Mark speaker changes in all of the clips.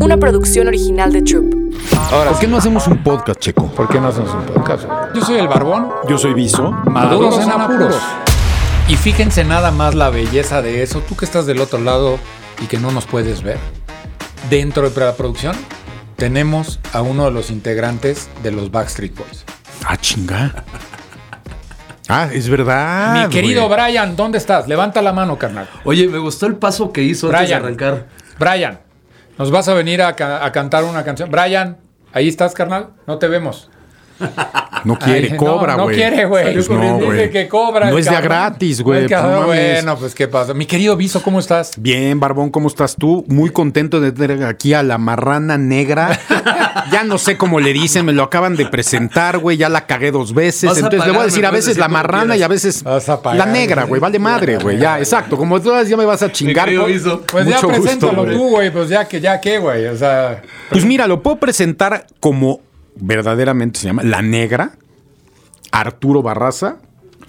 Speaker 1: una producción original de Troop.
Speaker 2: Ahora, ¿por qué no hacemos un podcast, Checo?
Speaker 3: ¿Por qué no hacemos un podcast?
Speaker 4: Yo soy el Barbón.
Speaker 5: Yo soy Viso.
Speaker 4: Maduros en apuros. Y fíjense nada más la belleza de eso. Tú que estás del otro lado y que no nos puedes ver. Dentro de la producción tenemos a uno de los integrantes de los Backstreet Boys.
Speaker 2: Ah, chinga. Ah, es verdad.
Speaker 4: Mi querido Brian, ¿dónde estás? Levanta la mano, carnal.
Speaker 6: Oye, me gustó el paso que hizo antes de
Speaker 4: Brian.
Speaker 6: arrancar.
Speaker 4: Brian, nos vas a venir a, ca- a cantar una canción. Brian, ahí estás, carnal. No te vemos.
Speaker 2: No quiere,
Speaker 4: Ay, no,
Speaker 2: cobra,
Speaker 4: no
Speaker 2: güey.
Speaker 4: quiere, güey.
Speaker 2: Pues no,
Speaker 4: Dice
Speaker 2: güey.
Speaker 4: que cobra.
Speaker 2: No
Speaker 4: el
Speaker 2: es de a
Speaker 4: cabrón.
Speaker 2: gratis, güey.
Speaker 4: El
Speaker 2: Pues no
Speaker 4: cabrón,
Speaker 2: mames.
Speaker 4: bueno, pues qué pasa. Mi querido Viso, ¿cómo estás?
Speaker 2: Bien, Barbón, ¿cómo estás tú? Muy contento de tener aquí a la marrana negra. ya no sé cómo le dicen, me lo acaban de presentar, güey, ya la cagué dos veces.
Speaker 6: Vas a
Speaker 2: Entonces le voy a
Speaker 6: pagar,
Speaker 2: decir
Speaker 6: me
Speaker 2: a
Speaker 6: puedes
Speaker 2: veces
Speaker 6: decir
Speaker 2: la
Speaker 6: como
Speaker 2: marrana
Speaker 6: quieras.
Speaker 2: y a veces
Speaker 4: Vas a pagar,
Speaker 2: la negra, güey, vale madre, güey, ya, exacto. Como todas ya me vas a chingar.
Speaker 6: querido
Speaker 2: por-
Speaker 6: Viso.
Speaker 4: Pues ya
Speaker 2: Mucho gusto,
Speaker 4: preséntalo
Speaker 2: güey.
Speaker 4: tú, güey. Pues ya que, ya qué, güey. O sea,
Speaker 2: Pues mira, lo puedo presentar como verdaderamente se llama La Negra, Arturo Barraza,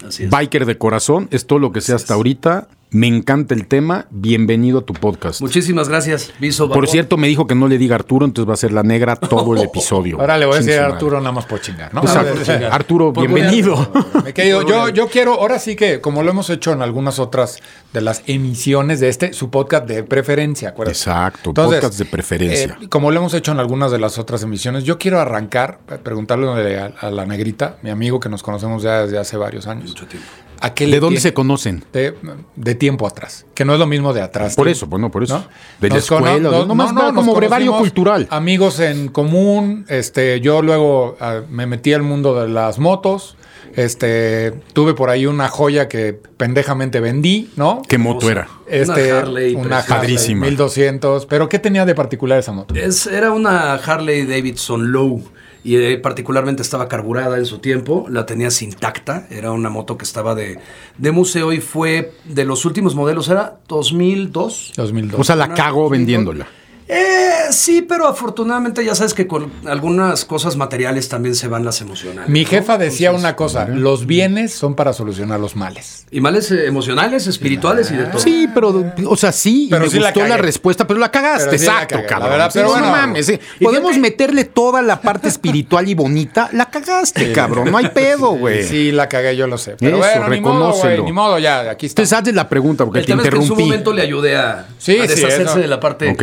Speaker 6: Así es.
Speaker 2: biker de corazón, es todo lo que sea hasta ahorita. Me encanta el tema, bienvenido a tu podcast.
Speaker 6: Muchísimas gracias, Viso.
Speaker 2: Por cierto, me dijo que no le diga Arturo, entonces va a ser La Negra todo el episodio.
Speaker 4: ahora le voy a decir
Speaker 2: Chingue su madre. Pues
Speaker 4: a Arturo nada más por chingar, ¿no? Ah,
Speaker 2: Exacto. Arturo,
Speaker 6: Por
Speaker 2: bienvenido.
Speaker 4: Mi querido, yo, yo quiero, ahora sí que, como lo hemos hecho en algunas otras de las emisiones de este, su podcast de preferencia, ¿acuerdas?
Speaker 2: Exacto, podcast de preferencia.
Speaker 4: eh, como lo hemos hecho en algunas de las otras emisiones, yo quiero arrancar, eh, preguntarle a, a la negrita, mi amigo que nos conocemos ya desde hace varios años.
Speaker 6: Mucho tiempo.
Speaker 4: ¿A qué
Speaker 2: ¿De
Speaker 4: le
Speaker 2: dónde
Speaker 4: tiene-
Speaker 2: se conocen?
Speaker 4: de, de tiempo atrás, que no es lo mismo de atrás.
Speaker 2: Por
Speaker 4: ¿no?
Speaker 2: eso, bueno, por eso.
Speaker 4: ¿No?
Speaker 2: De la
Speaker 4: Nos cono-
Speaker 2: escuela,
Speaker 4: nos-
Speaker 2: no, más nada
Speaker 4: nos
Speaker 2: como brevario
Speaker 4: conocimos,
Speaker 2: cultural.
Speaker 4: Amigos en común, este, yo luego ah, me metí al mundo de las motos, este, tuve por ahí una joya que pendejamente vendí, ¿no?
Speaker 2: ¿Qué moto era?
Speaker 4: Este,
Speaker 6: Una Harley
Speaker 4: una
Speaker 6: preciosa.
Speaker 2: Padrísima.
Speaker 4: 1200, pero ¿qué tenía de particular esa moto?
Speaker 6: Es- era una Harley Davidson Low y eh, particularmente estaba carburada en su tiempo, la tenías intacta, era una moto que estaba de, de museo y fue de los últimos modelos, era 2002.
Speaker 4: 2002.
Speaker 2: O sea, la cago vendiéndola.
Speaker 6: Eh, sí, pero afortunadamente ya sabes que con algunas cosas materiales también se van las emocionales.
Speaker 4: mi jefa decía una cosa, los bienes son para solucionar los males.
Speaker 6: Y males eh, emocionales, espirituales y de todo.
Speaker 2: Sí, pero, o sea, sí, y
Speaker 4: Pero
Speaker 2: me
Speaker 4: sí la
Speaker 2: gustó la,
Speaker 4: cagué.
Speaker 2: respuesta, pero la cagaste,
Speaker 4: Pero sí la
Speaker 2: exacto,
Speaker 4: cagué, la
Speaker 2: cabrón.
Speaker 4: verdad,
Speaker 2: Sí,
Speaker 4: pero
Speaker 2: no
Speaker 4: bueno.
Speaker 2: mames, sí.
Speaker 4: Y
Speaker 2: Podemos
Speaker 4: fíjate-
Speaker 2: meterle toda la parte espiritual y bonita, la cagaste, cabrón, no hay pedo, güey.
Speaker 4: Sí, la cagué, yo lo sé. Pero
Speaker 2: Eso,
Speaker 4: bueno, ni modo, güey,
Speaker 2: reconócelo.
Speaker 4: ni modo, ya, aquí está.
Speaker 2: Entonces hazle la pregunta porque
Speaker 6: El
Speaker 2: te
Speaker 6: tema es que en su
Speaker 2: interrumpí.
Speaker 6: momento le ayudé a,
Speaker 4: Sí,
Speaker 6: a
Speaker 4: sí,
Speaker 6: deshacerse
Speaker 4: eso.
Speaker 6: de la parte
Speaker 2: Ok,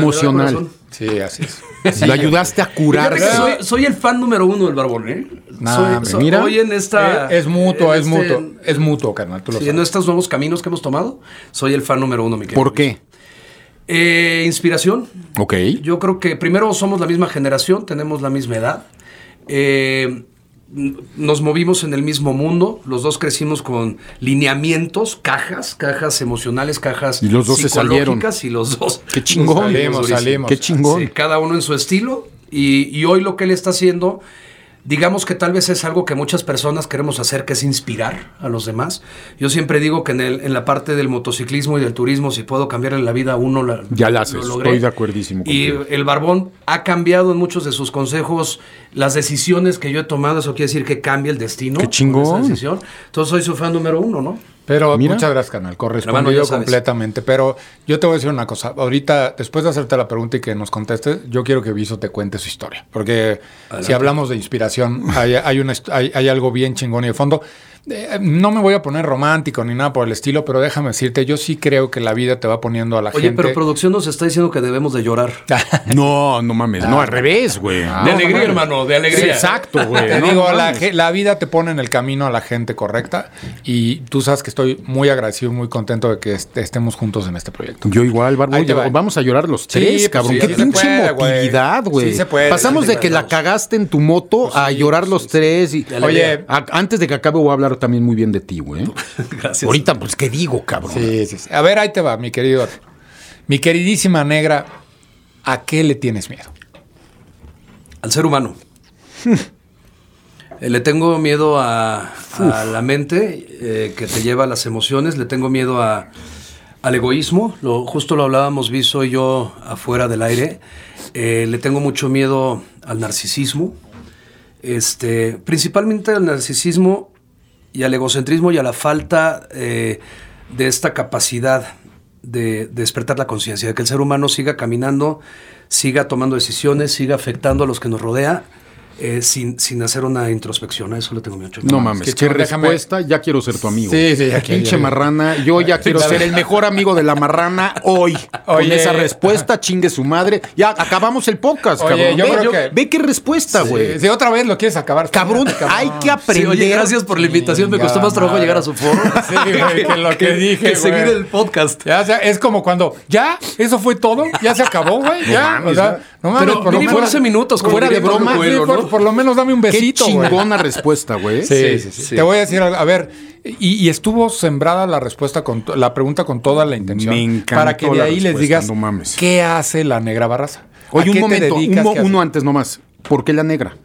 Speaker 2: emocional.
Speaker 6: del corazón.
Speaker 4: Sí, así es.
Speaker 2: Lo ayudaste a
Speaker 6: Fíjate Pues que
Speaker 2: curarse.
Speaker 6: soy, soy el fan número uno del Barbón, ¿eh?
Speaker 4: Nah,
Speaker 6: Soy-
Speaker 4: hombre,
Speaker 6: soy-
Speaker 2: mira. Eh,
Speaker 6: Hoy en esta.
Speaker 4: Eh, es, es mutuo,
Speaker 6: en
Speaker 4: es
Speaker 6: este-
Speaker 4: mutuo. Es mutuo, carnal, tú lo
Speaker 6: sí, en
Speaker 4: sabes.
Speaker 6: estos nuevos caminos que hemos tomado, soy el fan número uno, mi querido.
Speaker 2: ¿Por qué?
Speaker 6: Eh, inspiración.
Speaker 2: Ok.
Speaker 6: Yo creo que primero somos la misma generación, tenemos la misma edad. Eh, n- nos movimos en el mismo mundo, los dos crecimos con lineamientos, cajas, cajas emocionales, cajas
Speaker 2: Y los dos se
Speaker 6: psicológicas y los dos
Speaker 2: Qué chingón.
Speaker 4: Salimos, salimos.
Speaker 2: Qué chingón.
Speaker 6: Sí, cada uno en su estilo. Y, y hoy lo que él está haciendo, digamos que tal vez es algo que muchas personas queremos hacer, que es inspirar a los demás. Yo siempre digo que en, el- en la parte del motociclismo y del turismo, si puedo cambiarle la vida a uno, la,
Speaker 2: Ya la
Speaker 6: lo
Speaker 2: haces,
Speaker 6: logré.
Speaker 2: estoy de acuerdísimo
Speaker 6: Y
Speaker 2: contigo.
Speaker 6: el Barbón ha cambiado en muchos de sus consejos las decisiones que yo he tomado. Eso quiere decir que cambia el destino.
Speaker 2: Qué
Speaker 6: con
Speaker 2: chingón.
Speaker 6: esa decisión. Entonces soy su fan número uno, ¿no?
Speaker 4: Pero
Speaker 2: Mira.
Speaker 4: muchas gracias, carnal.
Speaker 6: Hermano,
Speaker 4: Correspondido
Speaker 6: ya sabes.
Speaker 4: completamente. Pero yo te voy a decir una cosa. Ahorita, después de hacerte la pregunta y que nos contestes, yo quiero que Viso te cuente su historia. Porque si hablamos de inspiración, hay, hay, una hist- hay- hay algo bien chingón y de fondo. Eh, no me voy a poner romántico ni nada por el estilo, pero déjame decirte, yo sí creo que la vida te va poniendo a la
Speaker 6: Oye,
Speaker 4: gente.
Speaker 6: pero producción nos está diciendo que debemos de llorar.
Speaker 2: No, no mames. No, al revés, güey.
Speaker 4: Ah.
Speaker 2: No,
Speaker 6: alegría, hermano, de
Speaker 2: Sí, Exacto, güey.
Speaker 4: Te
Speaker 2: No,
Speaker 4: digo,
Speaker 2: no
Speaker 4: la,
Speaker 2: mames.
Speaker 4: ge- la vida te pone en el camino a la gente correcta y tú sabes que estoy muy agradecido, muy contento de que est- estemos juntos en este proyecto.
Speaker 2: Yo igual, Barbo,
Speaker 4: Ahí te va.
Speaker 2: vamos a llorar los
Speaker 4: Sí,
Speaker 2: tres,
Speaker 4: pues
Speaker 2: cabrón.
Speaker 4: sí,
Speaker 2: Qué
Speaker 4: sí se
Speaker 2: pinche
Speaker 4: puede, güey.
Speaker 2: motividad, güey.
Speaker 4: Sí se puede,
Speaker 2: Pasamos
Speaker 4: sí
Speaker 2: de
Speaker 4: se Pues
Speaker 2: que la cagaste en tu moto a llorar los tres. Y,
Speaker 4: Oye.
Speaker 2: A- antes de que acabe voy a hablar también muy bien de ti, güey.
Speaker 6: Gracias.
Speaker 2: Ahorita, pues, ¿qué digo, cabrón?
Speaker 4: Sí, sí, sí. A ver, ahí te va, mi querido. Mi queridísima negra, ¿a qué le tienes miedo?
Speaker 6: Al ser humano. Eh, Le tengo miedo a, a la mente eh, que te lleva a las emociones, le tengo miedo a, al egoísmo, lo, justo lo hablábamos Viso y yo afuera del aire, Eh, le tengo mucho miedo al narcisismo, este, principalmente al narcisismo y al egocentrismo y a la falta eh, de esta capacidad de, de despertar la conciencia, de que el ser humano siga caminando siga tomando decisiones, siga afectando a los que nos rodea, eh, sin, sin hacer una introspección. A eso le tengo mucho
Speaker 2: No mames, qué,
Speaker 4: qué chingón, déjame-
Speaker 2: respuesta. Ya quiero ser tu amigo.
Speaker 4: Sí, sí, ya
Speaker 2: Pinche
Speaker 4: quiero.
Speaker 2: marrana. Yo ya quiero
Speaker 4: la
Speaker 2: ser
Speaker 4: verdad.
Speaker 2: el mejor amigo de la marrana hoy. Con
Speaker 4: Oye.
Speaker 2: esa respuesta, chingue su madre. Ya acabamos el podcast,
Speaker 4: Oye,
Speaker 2: cabrón.
Speaker 4: yo
Speaker 2: ve,
Speaker 4: creo
Speaker 2: yo-
Speaker 4: que-
Speaker 2: ve qué respuesta, güey.
Speaker 4: Si otra vez lo quieres acabar.
Speaker 2: Cabrón, hay que
Speaker 6: Sí,
Speaker 2: aprender.
Speaker 6: oye, gracias por la invitación. Me costó más trabajo
Speaker 4: Madre.
Speaker 6: llegar a su foro
Speaker 4: Sí, güey, que lo que dije,
Speaker 6: que seguir
Speaker 4: güey.
Speaker 6: el podcast.
Speaker 4: Ya, o sea, es como cuando, ya, eso fue todo, ya se acabó, güey, ya,
Speaker 2: mames,
Speaker 4: o sea, no mames,
Speaker 6: Pero mínimo 11 minutos, como
Speaker 4: fuera de
Speaker 6: diría Pablo
Speaker 4: broma,
Speaker 6: Coelho,
Speaker 4: sí, por,
Speaker 6: ¿no?
Speaker 4: por lo menos dame un
Speaker 2: Qué
Speaker 4: besito, güey.
Speaker 2: chingona respuesta, güey.
Speaker 4: Sí, sí,
Speaker 6: Sí, sí,
Speaker 4: sí,
Speaker 6: sí.
Speaker 4: Te voy a decir algo. A ver, y, y estuvo sembrada la respuesta con to- la pregunta con toda la intención.
Speaker 2: Me encantó
Speaker 4: Para que de
Speaker 2: la
Speaker 4: ahí les
Speaker 2: respuesta,
Speaker 4: digas
Speaker 2: no mames.
Speaker 4: qué hace la negra barraza. ¿A
Speaker 2: Oye,
Speaker 4: qué
Speaker 2: un
Speaker 4: te
Speaker 2: momento, un
Speaker 4: dedicas?
Speaker 2: mo-
Speaker 4: ¿Qué haces?
Speaker 2: uno antes nomás. ¿Por qué la negra?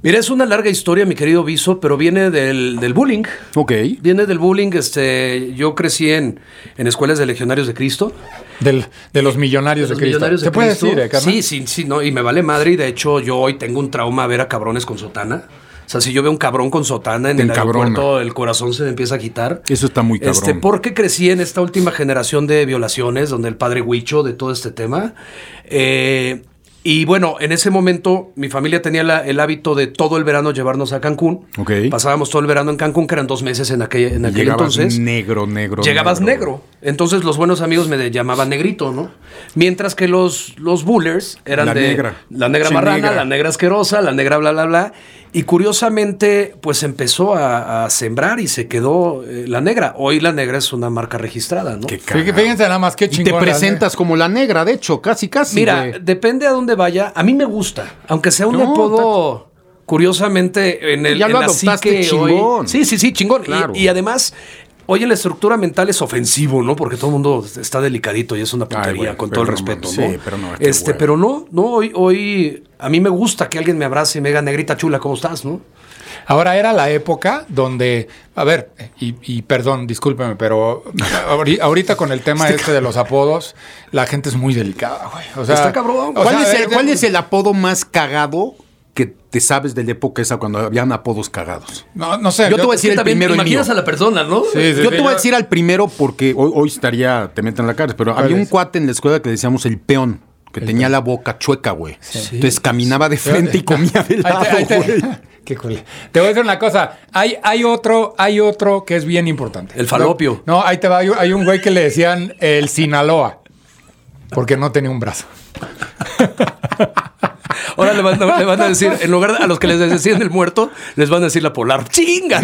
Speaker 6: Mira, es una larga historia, mi querido Viso, pero viene del, del bullying.
Speaker 2: Ok.
Speaker 6: Viene del bullying. Este, yo crecí en, en escuelas de legionarios de Cristo.
Speaker 4: Del- de los millonarios de,
Speaker 6: Los
Speaker 4: Cristo.
Speaker 6: millonarios de
Speaker 4: ¿Te puedes
Speaker 6: Cristo.
Speaker 4: decir, eh, carnal?
Speaker 6: Sí, sí, sí, no, y me vale madre. Y de hecho, yo hoy tengo un trauma a ver a cabrones con sotana. O sea, si yo veo un cabrón con sotana en
Speaker 2: Te
Speaker 6: el
Speaker 2: encabrona.
Speaker 6: aeropuerto, el corazón se me empieza a agitar.
Speaker 2: Eso está muy cabrón.
Speaker 6: Este, porque crecí en esta última generación de violaciones, donde el padre Huicho de todo este tema. Eh, y bueno, en ese momento mi familia tenía la- el hábito de todo el verano llevarnos a Cancún.
Speaker 2: Ok.
Speaker 6: Pasábamos todo el verano en Cancún, que eran dos meses en aquel, en aquel
Speaker 2: Llegabas
Speaker 6: entonces.
Speaker 2: negro, negro.
Speaker 6: Llegabas negro. Entonces los buenos amigos me de- llamaban negrito, ¿no? Mientras que los, los bullers eran
Speaker 2: La
Speaker 6: de...
Speaker 2: negra.
Speaker 6: La negra
Speaker 2: Che,
Speaker 6: marrana,
Speaker 2: negra.
Speaker 6: la negra asquerosa, la negra bla, bla, bla. Y curiosamente, pues empezó a, a sembrar y se quedó eh, la negra. Hoy la negra es una marca registrada, ¿no?
Speaker 2: Qué
Speaker 4: Fíjense
Speaker 2: cagado.
Speaker 4: fíjense nada más qué
Speaker 2: Y te
Speaker 4: chingón. la
Speaker 2: presentas como la negra, de hecho, casi, casi.
Speaker 6: Mira,
Speaker 2: güey.
Speaker 6: depende a dónde vaya. A mí me gusta, aunque sea un
Speaker 2: No,
Speaker 6: apodo. Curiosamente, en el
Speaker 2: Ya lo
Speaker 6: en la
Speaker 2: adoptaste
Speaker 6: psique hoy-
Speaker 2: chingón.
Speaker 6: sí, sí, sí, chingón. Y-
Speaker 2: Claro.
Speaker 6: Y, además, hoy en la estructura mental es ofensivo, ¿no? Porque todo el mundo está delicadito y es una puntería,
Speaker 2: güey,
Speaker 6: con
Speaker 2: pero
Speaker 6: todo el
Speaker 2: no
Speaker 6: respeto,
Speaker 2: mames,
Speaker 6: ¿no?
Speaker 2: sí, pero no, qué
Speaker 6: este,
Speaker 2: hueva.
Speaker 6: pero no, no, hoy, hoy a mí me gusta que alguien me abrace y me diga negrita chula, ¿cómo estás? ¿No?
Speaker 4: Ahora era la época donde, a ver, y, y perdón, discúlpeme, pero ahori- ahorita con el tema este de los apodos, la gente es muy delicada, güey. O sea,
Speaker 6: Está cabrón.
Speaker 4: o
Speaker 2: ¿Cuál,
Speaker 4: sea, eh,
Speaker 2: es el, cuál es el apodo más cagado que te sabes de la época esa cuando habían apodos cagados?
Speaker 4: No, no sé.
Speaker 2: Yo te voy a decir el
Speaker 6: también
Speaker 2: primero y
Speaker 6: imaginas
Speaker 2: mío.
Speaker 6: a la persona, ¿no?
Speaker 4: Sí, sí,
Speaker 2: yo
Speaker 4: sí,
Speaker 2: te voy a
Speaker 4: yo-
Speaker 2: decir al primero porque hoy, hoy estaría, te meten en la cara, pero
Speaker 4: ¿Cuál
Speaker 2: había un
Speaker 4: es?
Speaker 2: cuate en la escuela que le decíamos el peón, que tenía la boca chueca, güey. Entonces caminaba de frente y comía de lado,
Speaker 4: Ahí te- ahí te-
Speaker 2: Ah, güey.
Speaker 4: Qué cool. Te voy a decir una cosa. Hay, hay otro, hay otro que es bien importante.
Speaker 6: El falopio.
Speaker 4: No, ahí te va. Hay un- Hay un güey que le decían el Sinaloa. Porque no tenía un brazo.
Speaker 6: Ahora le van, a, le van a decir, en lugar de- a los que les decían el muerto, les van a decir la polar. ¡Chinga!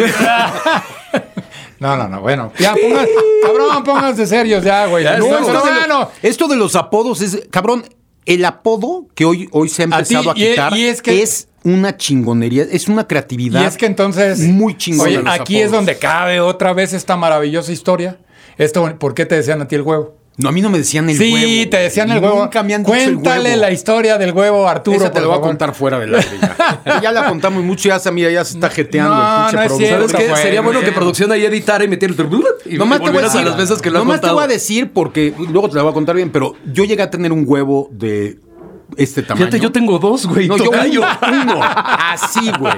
Speaker 4: No, no, no. Bueno, ya pongas, cabrón, pónganse serios ya, güey.
Speaker 6: Ya
Speaker 4: No,
Speaker 6: estamos
Speaker 4: pero
Speaker 2: de lo-
Speaker 4: bueno.
Speaker 2: esto de los apodos es, cabrón, el apodo que hoy, hoy se ha
Speaker 4: A ti,
Speaker 2: empezado a,
Speaker 4: y e-
Speaker 2: quitar
Speaker 4: y
Speaker 2: es,
Speaker 4: es que-
Speaker 2: una chingonería, es una creatividad.
Speaker 4: Y es que entonces.
Speaker 2: Muy chingona
Speaker 4: Oye,
Speaker 2: los
Speaker 4: aquí
Speaker 2: apodos.
Speaker 4: es donde cabe otra vez esta maravillosa historia. Esto, ¿por qué te decían a ti el huevo?
Speaker 2: No, a mí no me decían el
Speaker 4: sí,
Speaker 2: huevo.
Speaker 4: te decían el huevo.
Speaker 2: Nunca me han dicho el
Speaker 4: Cuéntale
Speaker 2: huevo.
Speaker 4: la historia del huevo, Arturo.
Speaker 2: Esa te
Speaker 4: por
Speaker 2: la voy a
Speaker 4: favor.
Speaker 2: contar fuera del aire ya. Ya la contamos mucho, ya, se- mira, ya se está jeteando
Speaker 4: No,
Speaker 2: el pinche
Speaker 4: no es
Speaker 2: productor.
Speaker 4: cierto.
Speaker 6: ¿Sabes qué?
Speaker 4: Bueno,
Speaker 6: Sería bueno que
Speaker 4: bueno.
Speaker 6: producción ahí editara y metiera el... Y
Speaker 2: Nomás te voy a
Speaker 6: volvieras
Speaker 2: decir,
Speaker 6: las veces que lo han
Speaker 2: nomás te
Speaker 6: contado.
Speaker 2: voy a decir porque luego te la voy a contar bien, pero yo llegué a tener un huevo de este tamaño.
Speaker 6: Fíjate, yo tengo dos, güey.
Speaker 2: No, yo
Speaker 6: tocayo.
Speaker 2: uno, uno. Así, güey.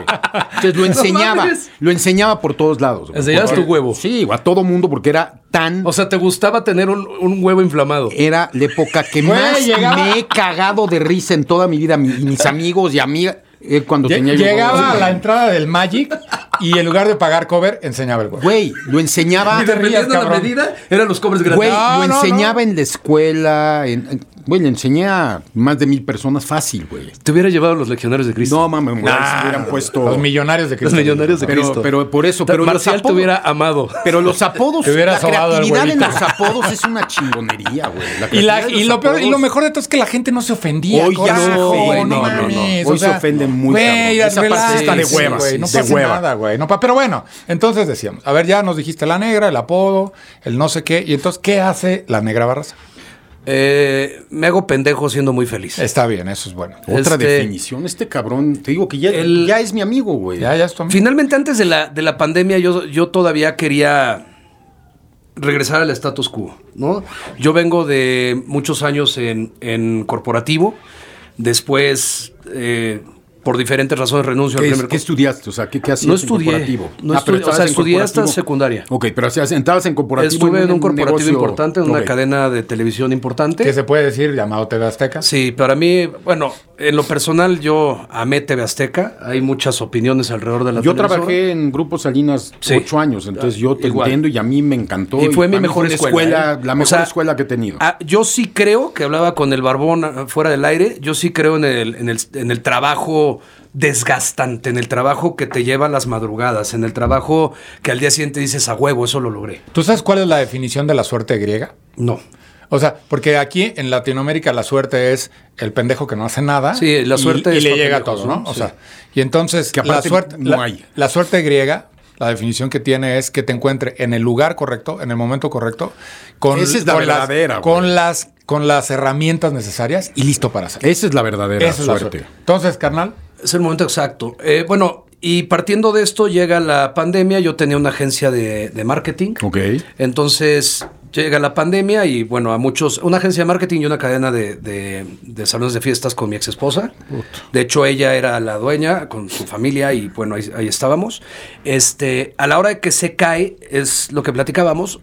Speaker 2: Entonces lo
Speaker 6: No
Speaker 2: enseñaba.
Speaker 6: mames.
Speaker 2: lo enseñaba por todos lados. güey.
Speaker 6: ¿Enseñabas
Speaker 2: Porque-
Speaker 6: tu huevo?
Speaker 2: Sí, güey, a todo mundo porque era tan.
Speaker 6: O sea, ¿te gustaba tener un, un huevo inflamado?
Speaker 2: era la época que
Speaker 4: Güey,
Speaker 2: más
Speaker 4: llegaba-
Speaker 2: me he cagado de risa en toda mi vida. Mi- y mis amigos y amigas. eh, cuando
Speaker 4: Lle-
Speaker 2: tenía yo huevo,
Speaker 4: Llegaba a
Speaker 2: así.
Speaker 4: la entrada del Magic y en lugar de pagar cover, enseñaba el huevo.
Speaker 2: Güey, lo enseñaba.
Speaker 6: Y dependiendo de la
Speaker 4: cabrón.
Speaker 6: medida, eran los cobres
Speaker 2: Güey,
Speaker 6: grandes.
Speaker 4: No,
Speaker 2: lo
Speaker 4: no,
Speaker 2: enseñaba en la escuela. en- en- güey, le enseñé a más de mil personas fácil, güey.
Speaker 6: Te hubiera llevado los legionarios de Cristo.
Speaker 2: No mames, güey.
Speaker 4: Ah,
Speaker 2: se hubieran puesto.
Speaker 4: Los millonarios de
Speaker 6: los
Speaker 4: Cristo.
Speaker 6: legionarios de
Speaker 2: Pero-
Speaker 6: Cristo.
Speaker 2: pero por eso,
Speaker 6: Ta-
Speaker 2: pero los
Speaker 6: Marcial te
Speaker 2: apodos-
Speaker 6: hubiera amado.
Speaker 2: Pero los apodos,
Speaker 4: Te hubiera
Speaker 2: la
Speaker 4: sobado el
Speaker 2: creatividad en
Speaker 4: huevito.
Speaker 2: los apodos es una chingonería, güey. La
Speaker 4: Y, la-
Speaker 2: creatividad de
Speaker 4: y
Speaker 2: los
Speaker 4: lo peor, y
Speaker 2: apodos-
Speaker 4: lo mejor de todo es que la gente no se ofendía.
Speaker 2: Hoy ya se
Speaker 4: carajo,
Speaker 2: ofende, no, no,
Speaker 4: mames,
Speaker 2: no. Hoy
Speaker 4: o
Speaker 2: se
Speaker 4: sea,
Speaker 2: ofende muy
Speaker 4: Güey,
Speaker 2: cabrón. Esa parte
Speaker 4: relájate,
Speaker 6: está de hueva,
Speaker 4: güey, No
Speaker 2: sí, de
Speaker 4: pasa
Speaker 2: hueva.
Speaker 4: nada, güey. No pa- pero bueno, entonces decíamos, a ver, ya nos dijiste la negra, el apodo, el no sé qué. Y entonces, ¿qué hace la negra barraza?
Speaker 6: Eh, me hago pendejo siendo muy feliz.
Speaker 4: Está bien, eso es bueno.
Speaker 2: Otra
Speaker 6: Este-
Speaker 2: definición, este cabrón, te digo que ya,
Speaker 6: El-
Speaker 2: ya es mi amigo, güey.
Speaker 4: Ya, ya es tu amigo.
Speaker 6: Finalmente, antes de la, de la pandemia, yo, yo todavía quería regresar al status quo, ¿no? Yo vengo de muchos años en, en corporativo, después eh, por diferentes razones renuncio al
Speaker 2: ¿Qué,
Speaker 6: primer
Speaker 2: qué
Speaker 6: curso.
Speaker 2: estudiaste? O sea, ¿qué, qué hacías
Speaker 6: No
Speaker 2: en
Speaker 6: estudié,
Speaker 2: corporativo? Ah,
Speaker 6: no
Speaker 2: pero
Speaker 6: estudié, o
Speaker 2: estabas
Speaker 6: sea,
Speaker 2: en
Speaker 6: estudié hasta
Speaker 2: corporativo.
Speaker 6: secundaria.
Speaker 2: Ok, pero hacías- entrabas en corporativo.
Speaker 6: Estuve en un corporativo
Speaker 2: negocio-
Speaker 6: importante, en una
Speaker 2: Ok.
Speaker 6: cadena de televisión importante.
Speaker 4: ¿Qué se puede decir? Llamado TV Azteca.
Speaker 6: Sí, para mí, bueno, en lo personal yo amé TV Azteca. Hay muchas opiniones alrededor de la
Speaker 2: Yo
Speaker 6: televisora.
Speaker 2: trabajé en Grupo Salinas
Speaker 6: Sí.
Speaker 2: ocho años, entonces yo te
Speaker 6: Igual.
Speaker 2: entiendo y a mí me encantó.
Speaker 6: Y fue mi
Speaker 2: para mí
Speaker 6: mejor
Speaker 2: una
Speaker 6: escuela, ¿eh?
Speaker 2: La
Speaker 6: O
Speaker 2: mejor
Speaker 6: sea,
Speaker 2: escuela que he tenido.
Speaker 6: Ah, yo sí creo, que hablaba con el barbón ah, fuera del aire, yo sí creo en el, en, el, en el trabajo desgastante, en el trabajo que te lleva a las madrugadas, en el trabajo que al día siguiente dices a huevo, eso lo logré.
Speaker 4: ¿Tú sabes cuál es la definición de la suerte griega?
Speaker 6: No.
Speaker 4: O sea, porque aquí en Latinoamérica la suerte es el pendejo que no hace nada.
Speaker 6: Sí, la
Speaker 4: y-
Speaker 6: suerte
Speaker 4: y,
Speaker 6: es
Speaker 4: le
Speaker 6: pa'
Speaker 4: llega a
Speaker 6: pendejos,
Speaker 4: todo, ¿no?
Speaker 6: ¿no?
Speaker 4: O
Speaker 6: Sí.
Speaker 4: sea, y entonces
Speaker 2: Que
Speaker 4: la
Speaker 2: aparte
Speaker 4: suerte,
Speaker 2: no
Speaker 4: la-
Speaker 2: hay.
Speaker 4: la suerte griega, la definición que tiene es que te encuentre en el lugar correcto, en el momento correcto, con,
Speaker 2: Esa es la
Speaker 4: con las-
Speaker 2: verdadera, güey.
Speaker 4: con las con las herramientas necesarias y listo para salir.
Speaker 2: Esa es la verdadera
Speaker 4: Esa es la
Speaker 2: suerte.
Speaker 4: suerte. Entonces, carnal,
Speaker 6: Es el momento exacto. Eh, bueno, y partiendo de esto llega la pandemia, yo tenía una agencia de, de marketing.
Speaker 2: Ok.
Speaker 6: Entonces llega la pandemia y bueno, a muchos, una agencia de marketing y una cadena de, de- de salones de fiestas con mi ex esposa. De hecho, ella era la dueña con su familia y bueno, ahí, ahí estábamos. Este, a la hora de que se cae, es lo que platicábamos,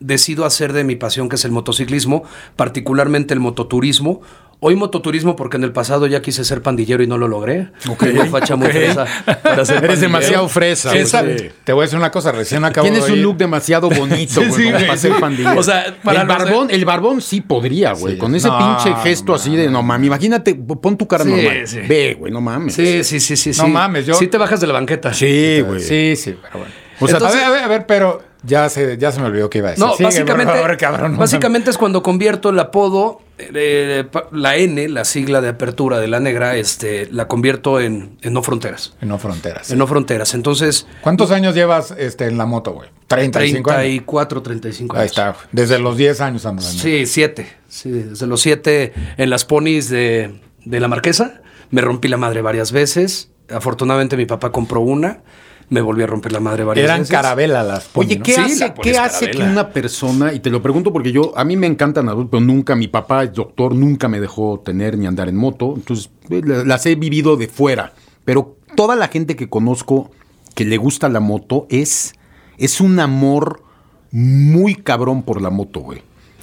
Speaker 6: decido hacer de mi pasión, que es el motociclismo, particularmente el mototurismo. Hoy mototurismo porque en el pasado ya quise ser pandillero y no lo logré.
Speaker 2: Ok.
Speaker 6: Tengo facha muy
Speaker 2: Ok.
Speaker 6: fresa para ser
Speaker 2: Eres
Speaker 6: pandillero.
Speaker 2: demasiado fresa. güey.
Speaker 4: esa-
Speaker 2: Sí.
Speaker 4: te voy a decir una cosa, recién acabo
Speaker 2: Tienes
Speaker 4: de
Speaker 2: un
Speaker 4: oír-
Speaker 2: look demasiado bonito, güey,
Speaker 4: Sí,
Speaker 2: como
Speaker 4: güey,
Speaker 2: para ser
Speaker 4: sí.
Speaker 2: pandillero.
Speaker 6: O sea, para
Speaker 2: el
Speaker 6: los de-
Speaker 2: barbón, el barbón sí podría, güey.
Speaker 4: Sí.
Speaker 2: Con ese
Speaker 4: No,
Speaker 2: pinche gesto así de no mames. Imagínate, pon tu cara
Speaker 6: Sí,
Speaker 2: normal.
Speaker 6: sí.
Speaker 2: Ve, güey, no mames.
Speaker 6: Sí, sí, sí, sí.
Speaker 4: No
Speaker 6: sí.
Speaker 4: mames, yo-
Speaker 6: Sí te bajas de la banqueta.
Speaker 2: Sí, güey.
Speaker 4: Sí, sí, pero bueno.
Speaker 2: O sea,
Speaker 4: a ver, a ver, a ver, pero ya se, ya se me olvidó que iba a decir.
Speaker 6: No,
Speaker 4: Sigue, por
Speaker 6: básicamente,
Speaker 4: favor, cabrón, no
Speaker 6: básicamente es cuando convierto el apodo, eh, pa- la N, la sigla de apertura de la negra, este, la convierto en, en no fronteras.
Speaker 4: mames. No fronteras.
Speaker 6: En no fronteras. Entonces,
Speaker 4: ¿Cuántos años llevas este, en la moto, güey? 35 años.
Speaker 6: 34, 35 años.
Speaker 4: Ahí está. güey. Desde los 10 años ando en
Speaker 6: Sí, siete. Sí, desde los siete en las ponis de, de la marquesa. Me rompí la madre varias veces. Afortunadamente mi papá compró una. Me volví a romper la madre varias
Speaker 4: Eran
Speaker 6: veces.
Speaker 4: carabela las
Speaker 2: Oye,
Speaker 4: pony,
Speaker 2: ¿qué
Speaker 6: Sí,
Speaker 2: hace,
Speaker 6: la
Speaker 2: qué
Speaker 6: pones
Speaker 2: hace que
Speaker 6: carabela.
Speaker 2: una persona, y te lo pregunto porque yo, a mí me encantan adultos, pero nunca, mi papá es doctor, nunca me dejó tener ni andar en moto, entonces eh, la- las he vivido de fuera, pero toda la gente que conozco que le gusta la moto es, es un amor muy cabrón por la moto, güey,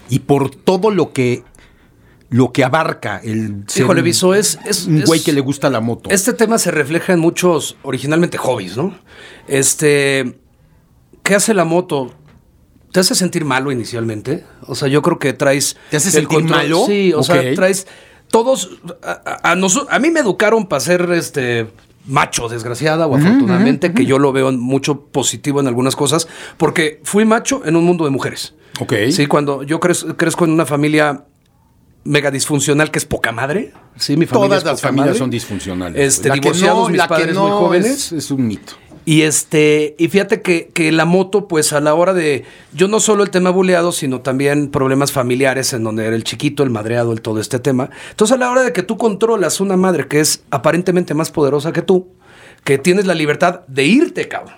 Speaker 2: y por todo lo que, lo que abarca el ser
Speaker 6: Híjole,
Speaker 2: un-
Speaker 6: Viso, es- es-
Speaker 2: un
Speaker 6: es-
Speaker 2: güey que le gusta la moto.
Speaker 6: Este tema se refleja en muchos, originalmente hobbies, ¿no? Este, ¿qué hace la moto? ¿Te hace sentir malo inicialmente? O sea, yo creo que traes...
Speaker 2: ¿Te hace
Speaker 6: el
Speaker 2: sentir malo?
Speaker 6: Sí, o
Speaker 2: Ok.
Speaker 6: sea, traes... Todos, a, a- a noso- a mí me educaron para ser este macho, desgraciada o afortunadamente, que yo lo veo en mucho positivo en algunas cosas, porque fui macho en un mundo de mujeres.
Speaker 2: ok.
Speaker 6: Sí, cuando yo crez- crezco en una familia mega disfuncional que es poca madre. Sí, mi familia
Speaker 2: Todas
Speaker 6: es
Speaker 2: las
Speaker 6: poca
Speaker 2: familias
Speaker 6: madre.
Speaker 2: son disfuncionales. güey.
Speaker 6: Este,
Speaker 2: La que
Speaker 6: divorciados
Speaker 2: no-
Speaker 6: mis
Speaker 2: la que
Speaker 6: padres muy
Speaker 2: no
Speaker 6: jóvenes.
Speaker 2: Es, es un mito.
Speaker 6: Y este, y fíjate que, que la moto, pues a la hora de. Yo no solo el tema buleado, sino también problemas familiares en donde era el chiquito, el madreado, el todo este tema. Entonces, a la hora de que tú controlas una madre que es aparentemente más poderosa que tú, que tienes la libertad de irte, cabrón.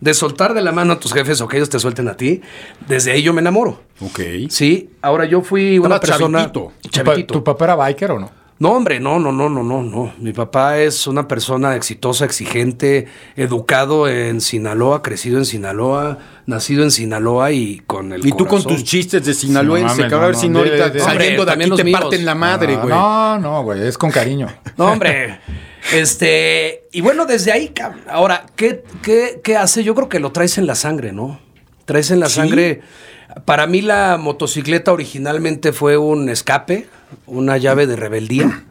Speaker 6: De soltar de la mano a tus jefes o que ellos te suelten a ti, desde ahí yo me enamoro.
Speaker 2: Ok.
Speaker 6: Sí, ahora yo fui una
Speaker 2: Estaba
Speaker 6: persona.
Speaker 2: chavitito.
Speaker 4: ¿Tu pa-
Speaker 6: Chavitito.
Speaker 4: ¿Tu papá era biker o no?
Speaker 6: No, hombre, no, no, no, no, no, no. Mi papá es una persona exitosa, exigente, educado en Sinaloa, crecido en Sinaloa, nacido en Sinaloa y con el
Speaker 2: Y tú con
Speaker 6: corazón.
Speaker 2: tus chistes de sinaloense,
Speaker 4: Sí, no mames,
Speaker 2: cabrón,
Speaker 4: no,
Speaker 2: si
Speaker 4: no,
Speaker 2: no ahorita
Speaker 4: de- de-
Speaker 2: saliendo
Speaker 6: Hombre,
Speaker 2: de aquí
Speaker 6: también los
Speaker 2: te
Speaker 6: míos.
Speaker 2: parten la madre,
Speaker 4: Ah,
Speaker 2: güey.
Speaker 4: No, no, güey. Es con cariño.
Speaker 6: No, hombre. Este, y bueno, desde ahí, cabrón. Ahora, ¿qué, qué, qué hace? Yo creo que lo traes en la sangre, ¿no? Traes en la
Speaker 2: Sí.
Speaker 6: sangre. Para mí, la motocicleta originalmente fue un escape, una llave de rebeldía.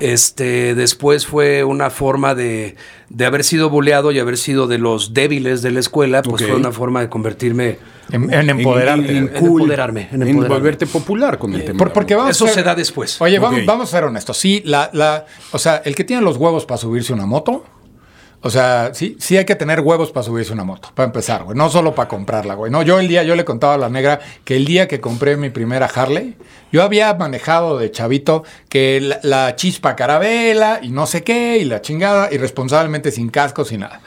Speaker 6: Este, después fue una forma de, de haber sido boleado y haber sido de los débiles de la escuela, pues
Speaker 2: Ok.
Speaker 6: fue una forma de convertirme.
Speaker 4: En, en empoderarte.
Speaker 2: En,
Speaker 6: en
Speaker 2: cool,
Speaker 6: empoderarme, en
Speaker 2: en
Speaker 6: empoderarme. Eh,
Speaker 2: volverte popular con el tema.
Speaker 4: Por- porque
Speaker 2: güey.
Speaker 4: vamos
Speaker 6: Eso
Speaker 4: a ser-
Speaker 6: se da después.
Speaker 4: Oye, vamos,
Speaker 2: Ok.
Speaker 4: vamos a ser honestos. Sí, la, la, o sea, el que tiene los huevos para subirse una moto, o sea, sí, sí hay que tener huevos para subirse una moto, para empezar, güey. No solo para comprarla, güey. No, yo el día, yo le contaba a la negra que el día que compré mi primera Harley, yo había manejado de chavito que la, la chispa carabela y no sé qué, y la chingada, irresponsablemente sin casco, sin nada.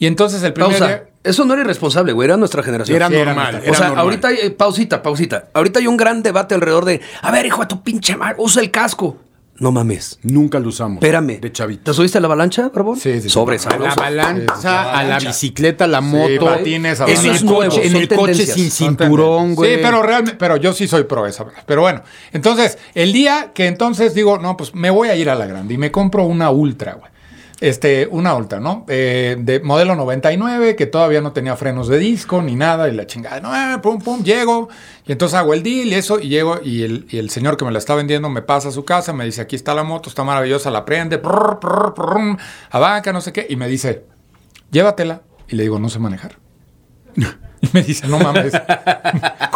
Speaker 4: Y entonces el primer
Speaker 6: Pausa.
Speaker 4: día-
Speaker 6: Eso no era irresponsable, güey, era nuestra generación.
Speaker 2: Era
Speaker 4: Sí, era
Speaker 2: normal.
Speaker 4: nuestra-
Speaker 2: era
Speaker 6: o sea,
Speaker 2: normal.
Speaker 6: ahorita hay, eh, pausita, pausita. Ahorita hay un gran debate alrededor de, a ver, hijo de tu pinche madre, usa el casco. No mames.
Speaker 2: Nunca lo usamos.
Speaker 6: Espérame.
Speaker 2: De chavito.
Speaker 6: ¿Te subiste a la avalancha, Barbón?
Speaker 4: Sí, sí, sí.
Speaker 6: Sobre,
Speaker 2: A la
Speaker 6: sabroso.
Speaker 2: balanza, a la
Speaker 6: avalancha.
Speaker 2: bicicleta, a la moto.
Speaker 4: patines,
Speaker 2: en el coche,
Speaker 4: avalancha.
Speaker 6: Eso es
Speaker 2: en
Speaker 6: nuevo,
Speaker 2: el
Speaker 6: son
Speaker 2: coche
Speaker 6: tendencias.
Speaker 2: sin
Speaker 4: Son
Speaker 2: cinturón,
Speaker 4: tendencias.
Speaker 2: güey.
Speaker 4: Sí, pero realmente, pero yo sí soy pro esa. verdad. Pero bueno, entonces, el día que entonces digo, no, pues me voy a ir a la grande y me compro una ultra, güey. Este, una ultra, ¿no? Eh, de modelo 99, que todavía no tenía frenos de disco ni nada, y la chingada, no, eh, pum, pum, llego, y entonces hago el deal y eso, y llego, y el, y el señor que me la está vendiendo me pasa a su casa, me dice, aquí está la moto, está maravillosa, la prende, prr, prr, prr, abaca, no sé qué, y me dice, llévatela, y le digo, no sé manejar. Y me dice, no mames.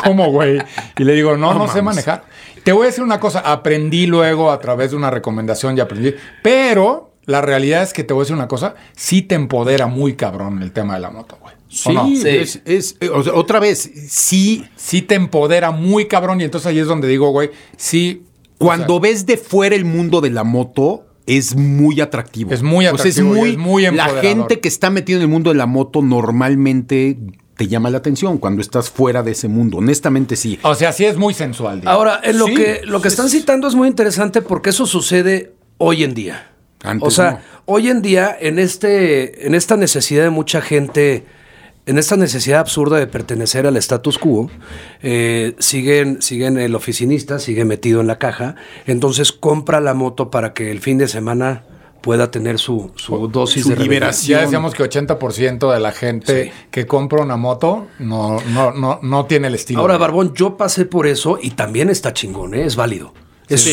Speaker 4: ¿Cómo, güey? Y le digo, no, no, sé manejar. Te voy a decir una cosa. Aprendí luego a través de una recomendación y aprendí. Pero la realidad es que te voy a decir una cosa. Sí te empodera muy cabrón el tema de la moto, güey. ¿O
Speaker 2: Sí,
Speaker 4: no?
Speaker 6: Sí.
Speaker 2: es- es- eh, o sea, otra vez, sí,
Speaker 4: Sí te empodera muy cabrón. Y entonces ahí es donde digo, güey, sí. o
Speaker 2: cuando
Speaker 4: sea,
Speaker 2: ves de fuera el mundo de la moto, es muy atractivo.
Speaker 4: Es muy
Speaker 2: O sea,
Speaker 4: atractivo y es muy
Speaker 2: La
Speaker 4: empoderador.
Speaker 2: gente que está metida en el mundo de la moto normalmente te llama la atención cuando estás fuera de ese mundo. Honestamente, sí.
Speaker 4: o sea, sí es muy sensual. digo.
Speaker 6: Ahora, eh, lo,
Speaker 2: Sí,
Speaker 6: que, lo que están citando es muy interesante porque eso sucede hoy en día.
Speaker 2: Antes
Speaker 6: o sea,
Speaker 2: no.
Speaker 6: hoy en día, en, este, en esta necesidad de mucha gente, en esta necesidad absurda de pertenecer al status quo, eh, siguen, siguen el oficinista, sigue metido en la caja, entonces compra la moto para que el fin de semana pueda tener su, su dosis
Speaker 2: su
Speaker 6: de rebelión.
Speaker 2: liberación.
Speaker 4: Ya decíamos que 80% de la gente
Speaker 6: Sí.
Speaker 4: que compra una moto no, no, no, no tiene el estilo.
Speaker 6: Ahora,
Speaker 4: güey.
Speaker 6: Barbón, yo pasé por eso y también está chingón, ¿eh? es válido. Es
Speaker 2: Sí,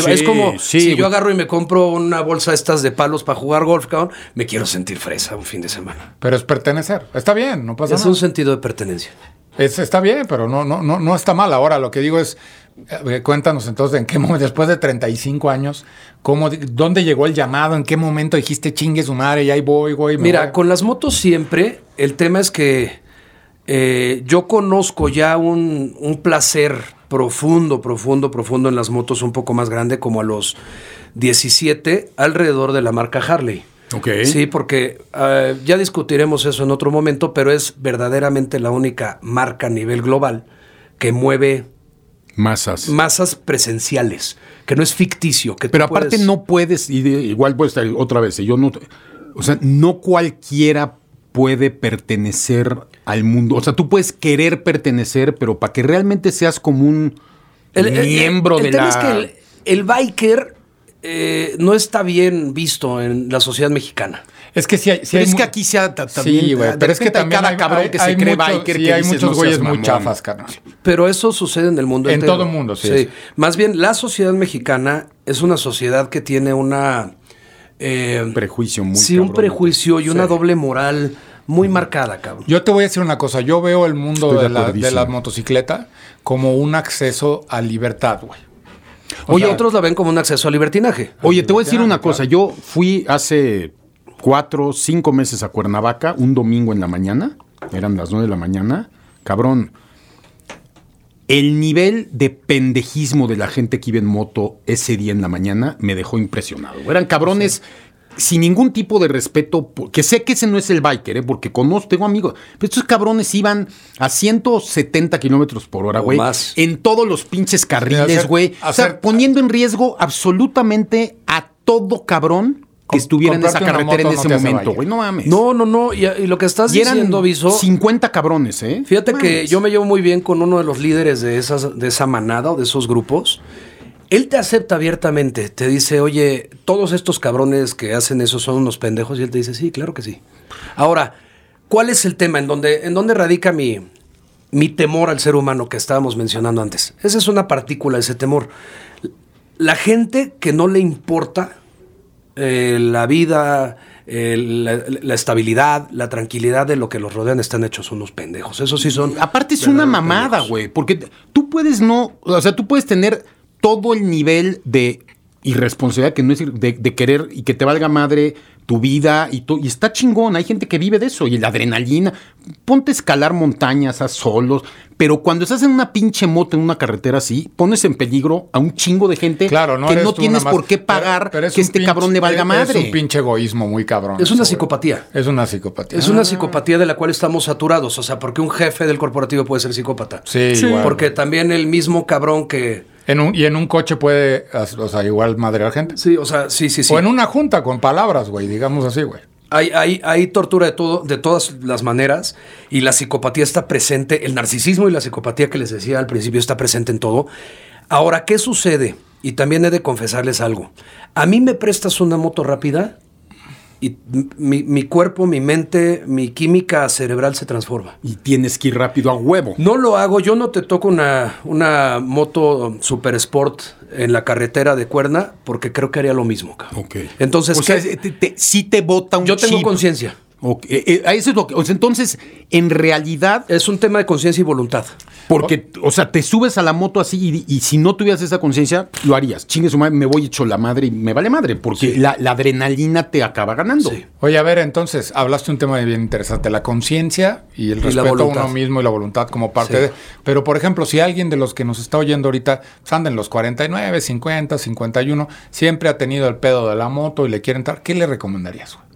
Speaker 2: sí,
Speaker 6: válido. Es como
Speaker 2: sí,
Speaker 6: si
Speaker 2: güey.
Speaker 6: yo agarro y me compro una bolsa estas de palos para jugar golf, cabrón, me quiero sentir fresa un fin de semana.
Speaker 4: Pero es pertenecer. Está bien, no pasa
Speaker 6: Es
Speaker 4: nada.
Speaker 6: un sentido de pertenencia.
Speaker 4: Es- está bien, pero no, no, no, no está mal. Ahora lo que digo es, eh, cuéntanos entonces en qué momento, después de 35 años, cómo, di- dónde llegó el llamado, en qué momento dijiste chingue su madre y ahí voy, güey. me
Speaker 6: Mira,
Speaker 4: voy"?
Speaker 6: con las motos siempre, el tema es que eh, yo conozco ya un, un placer profundo, profundo, profundo en las motos un poco más grande, como a los 17, alrededor de la marca Harley.
Speaker 2: Ok.
Speaker 6: Sí, porque eh, ya discutiremos eso en otro momento, pero es verdaderamente la única marca a nivel global que mueve
Speaker 2: Masas.
Speaker 6: masas presenciales, que no es ficticio. Que tú
Speaker 2: Pero aparte
Speaker 6: puedes-
Speaker 2: no puedes, y de- igual puedes estar otra vez, yo no, o sea, no cualquiera puede pertenecer al mundo. O sea, tú puedes querer pertenecer, pero para que realmente seas como un miembro
Speaker 6: el
Speaker 2: de
Speaker 6: tema
Speaker 2: la...
Speaker 6: es que el, el biker eh, no está bien visto en la sociedad mexicana.
Speaker 4: Es que sí hay... sí
Speaker 2: Pero
Speaker 4: hay
Speaker 2: es
Speaker 4: mu-
Speaker 2: que aquí se ha ta- también-
Speaker 4: Sí, güey,
Speaker 2: de
Speaker 4: pero es que
Speaker 2: repente hay
Speaker 4: también
Speaker 2: cada cabrón que se cree
Speaker 4: mucho-
Speaker 2: biker
Speaker 4: sí,
Speaker 2: que
Speaker 4: hay
Speaker 2: dices,
Speaker 4: muchos
Speaker 2: "No
Speaker 4: güeyes
Speaker 2: seas
Speaker 4: muy
Speaker 2: mamón".
Speaker 4: chafas, carnal.
Speaker 6: Pero eso sucede en el mundo
Speaker 4: En
Speaker 6: entero.
Speaker 4: todo mundo, sí, sí.
Speaker 6: Más bien, la sociedad mexicana es una sociedad que tiene una... eh,
Speaker 2: prejuicio muy
Speaker 6: sí, un
Speaker 2: cabrón.
Speaker 6: prejuicio y una
Speaker 2: Sí.
Speaker 6: doble moral muy marcada, cabrón.
Speaker 4: Yo te voy a decir una cosa. Yo veo el mundo
Speaker 2: Estoy de
Speaker 4: de la, de
Speaker 2: acuerdísimo.
Speaker 4: la motocicleta como un acceso a libertad, güey. O
Speaker 6: Oye,
Speaker 4: sea,
Speaker 6: otros la ven como un acceso al libertinaje.
Speaker 2: Oye, te voy a decir una cosa. Yo fui hace cuatro, cinco meses a Cuernavaca, un domingo en la mañana. Eran las nueve de la mañana. Cabrón. El nivel de pendejismo de la gente que iba en moto ese día en la mañana me dejó impresionado. Eran cabrones sin ningún tipo de respeto, po- que sé que ese no es el biker, ¿eh? porque conozco, tengo amigos, pero estos cabrones iban a 170 kilómetros por hora,
Speaker 6: O
Speaker 2: güey,
Speaker 6: más.
Speaker 2: en todos los pinches carriles,
Speaker 4: hacer-
Speaker 2: güey. O sea,
Speaker 4: hacer-
Speaker 2: poniendo en riesgo absolutamente a todo cabrón que
Speaker 4: Com-
Speaker 2: estuviera en esa
Speaker 4: comprarte una
Speaker 2: carretera en
Speaker 4: moto no
Speaker 2: ese
Speaker 4: te hace
Speaker 2: momento,
Speaker 4: biker.
Speaker 2: güey. No mames.
Speaker 6: No, no, no. Y, y lo que estás
Speaker 2: y eran
Speaker 6: diciendo, Viso.
Speaker 2: 50 cabrones, ¿eh?
Speaker 6: Fíjate que
Speaker 2: Mames.
Speaker 6: yo me llevo muy bien con uno de los líderes de, esas, de esa manada o de esos grupos. Él te acepta abiertamente, te dice, oye, todos estos cabrones que hacen eso son unos pendejos, y él te dice, sí, claro que sí. Ahora, ¿cuál es el tema? ¿En dónde, en dónde radica mi, mi temor al ser humano que estábamos mencionando antes? Esa es una partícula, ese temor. La gente que no le importa eh, la vida, eh, la, la estabilidad, la tranquilidad de lo que los rodean están hechos unos pendejos. Eso sí son.
Speaker 2: Aparte es una mamada, güey, porque t- tú puedes no, o sea, tú puedes tener todo el nivel de irresponsabilidad que no es ir- de, de querer y que te valga madre tu vida y to- y está chingón, hay gente que vive de eso y la adrenalina, ponte a escalar montañas a solos, pero cuando estás en una pinche moto en una carretera así, pones en peligro a un chingo de gente
Speaker 4: Claro, no
Speaker 2: que
Speaker 4: eres
Speaker 2: no
Speaker 4: tú
Speaker 2: tienes
Speaker 4: nada más.
Speaker 2: por qué
Speaker 4: Pero-
Speaker 2: pagar
Speaker 4: pero es
Speaker 2: que
Speaker 4: un
Speaker 2: este
Speaker 4: pinche- e-,
Speaker 2: cabrón le valga
Speaker 4: es-
Speaker 2: madre.
Speaker 4: Es un pinche egoísmo muy cabrón.
Speaker 6: Es una
Speaker 4: eso, güey.
Speaker 6: psicopatía.
Speaker 4: Es una psicopatía.
Speaker 6: Es
Speaker 2: Ah.
Speaker 6: una psicopatía de la cual estamos saturados. O sea, porque un jefe del corporativo puede ser psicópata.
Speaker 4: Sí, igual.
Speaker 6: Porque también el mismo cabrón que
Speaker 4: En un, y en un coche puede, o sea, igual madre a gente.
Speaker 6: Sí, o sea, sí, sí, sí.
Speaker 4: O en una junta con palabras, güey, digamos así, güey.
Speaker 6: Hay, hay, hay tortura de, todo, de todas las maneras y la psicopatía está presente, el narcisismo y la psicopatía que les decía al principio está presente en todo. Ahora, ¿qué sucede? Y también he de confesarles algo. A mí me prestas una moto rápida y mi, mi cuerpo, mi mente, mi química cerebral se transforma.
Speaker 2: Y tienes que ir rápido a huevo.
Speaker 6: No lo hago, yo no te toco una, una moto super sport en la carretera de Cuerna porque creo que haría lo mismo. cabrón.
Speaker 2: Ok.
Speaker 6: Entonces,
Speaker 2: o sea,
Speaker 6: ¿qué?
Speaker 2: te- te- sí te bota un
Speaker 6: yo tengo
Speaker 2: chip.
Speaker 6: conciencia.
Speaker 2: Ok, eh, eh, eso es lo que- o sea, entonces, en realidad,
Speaker 6: Es un tema de conciencia y voluntad.
Speaker 2: porque, o sea, te subes a la moto así y, y si no tuvieras esa conciencia, lo harías. Chingue su madre, me voy hecho la madre y me vale madre, porque la, la adrenalina te acaba ganando.
Speaker 6: Sí.
Speaker 4: Oye, a ver, entonces, hablaste un tema bien interesante, la conciencia y el
Speaker 6: la
Speaker 4: respeto a
Speaker 6: voluntad.
Speaker 4: uno mismo y la voluntad como parte
Speaker 6: Sí.
Speaker 4: de... Pero, por ejemplo, si alguien de los que nos está oyendo ahorita pues anda en los 49, 50, 51, siempre ha tenido el pedo de la moto y le quiere entrar, ¿qué le recomendarías, güey?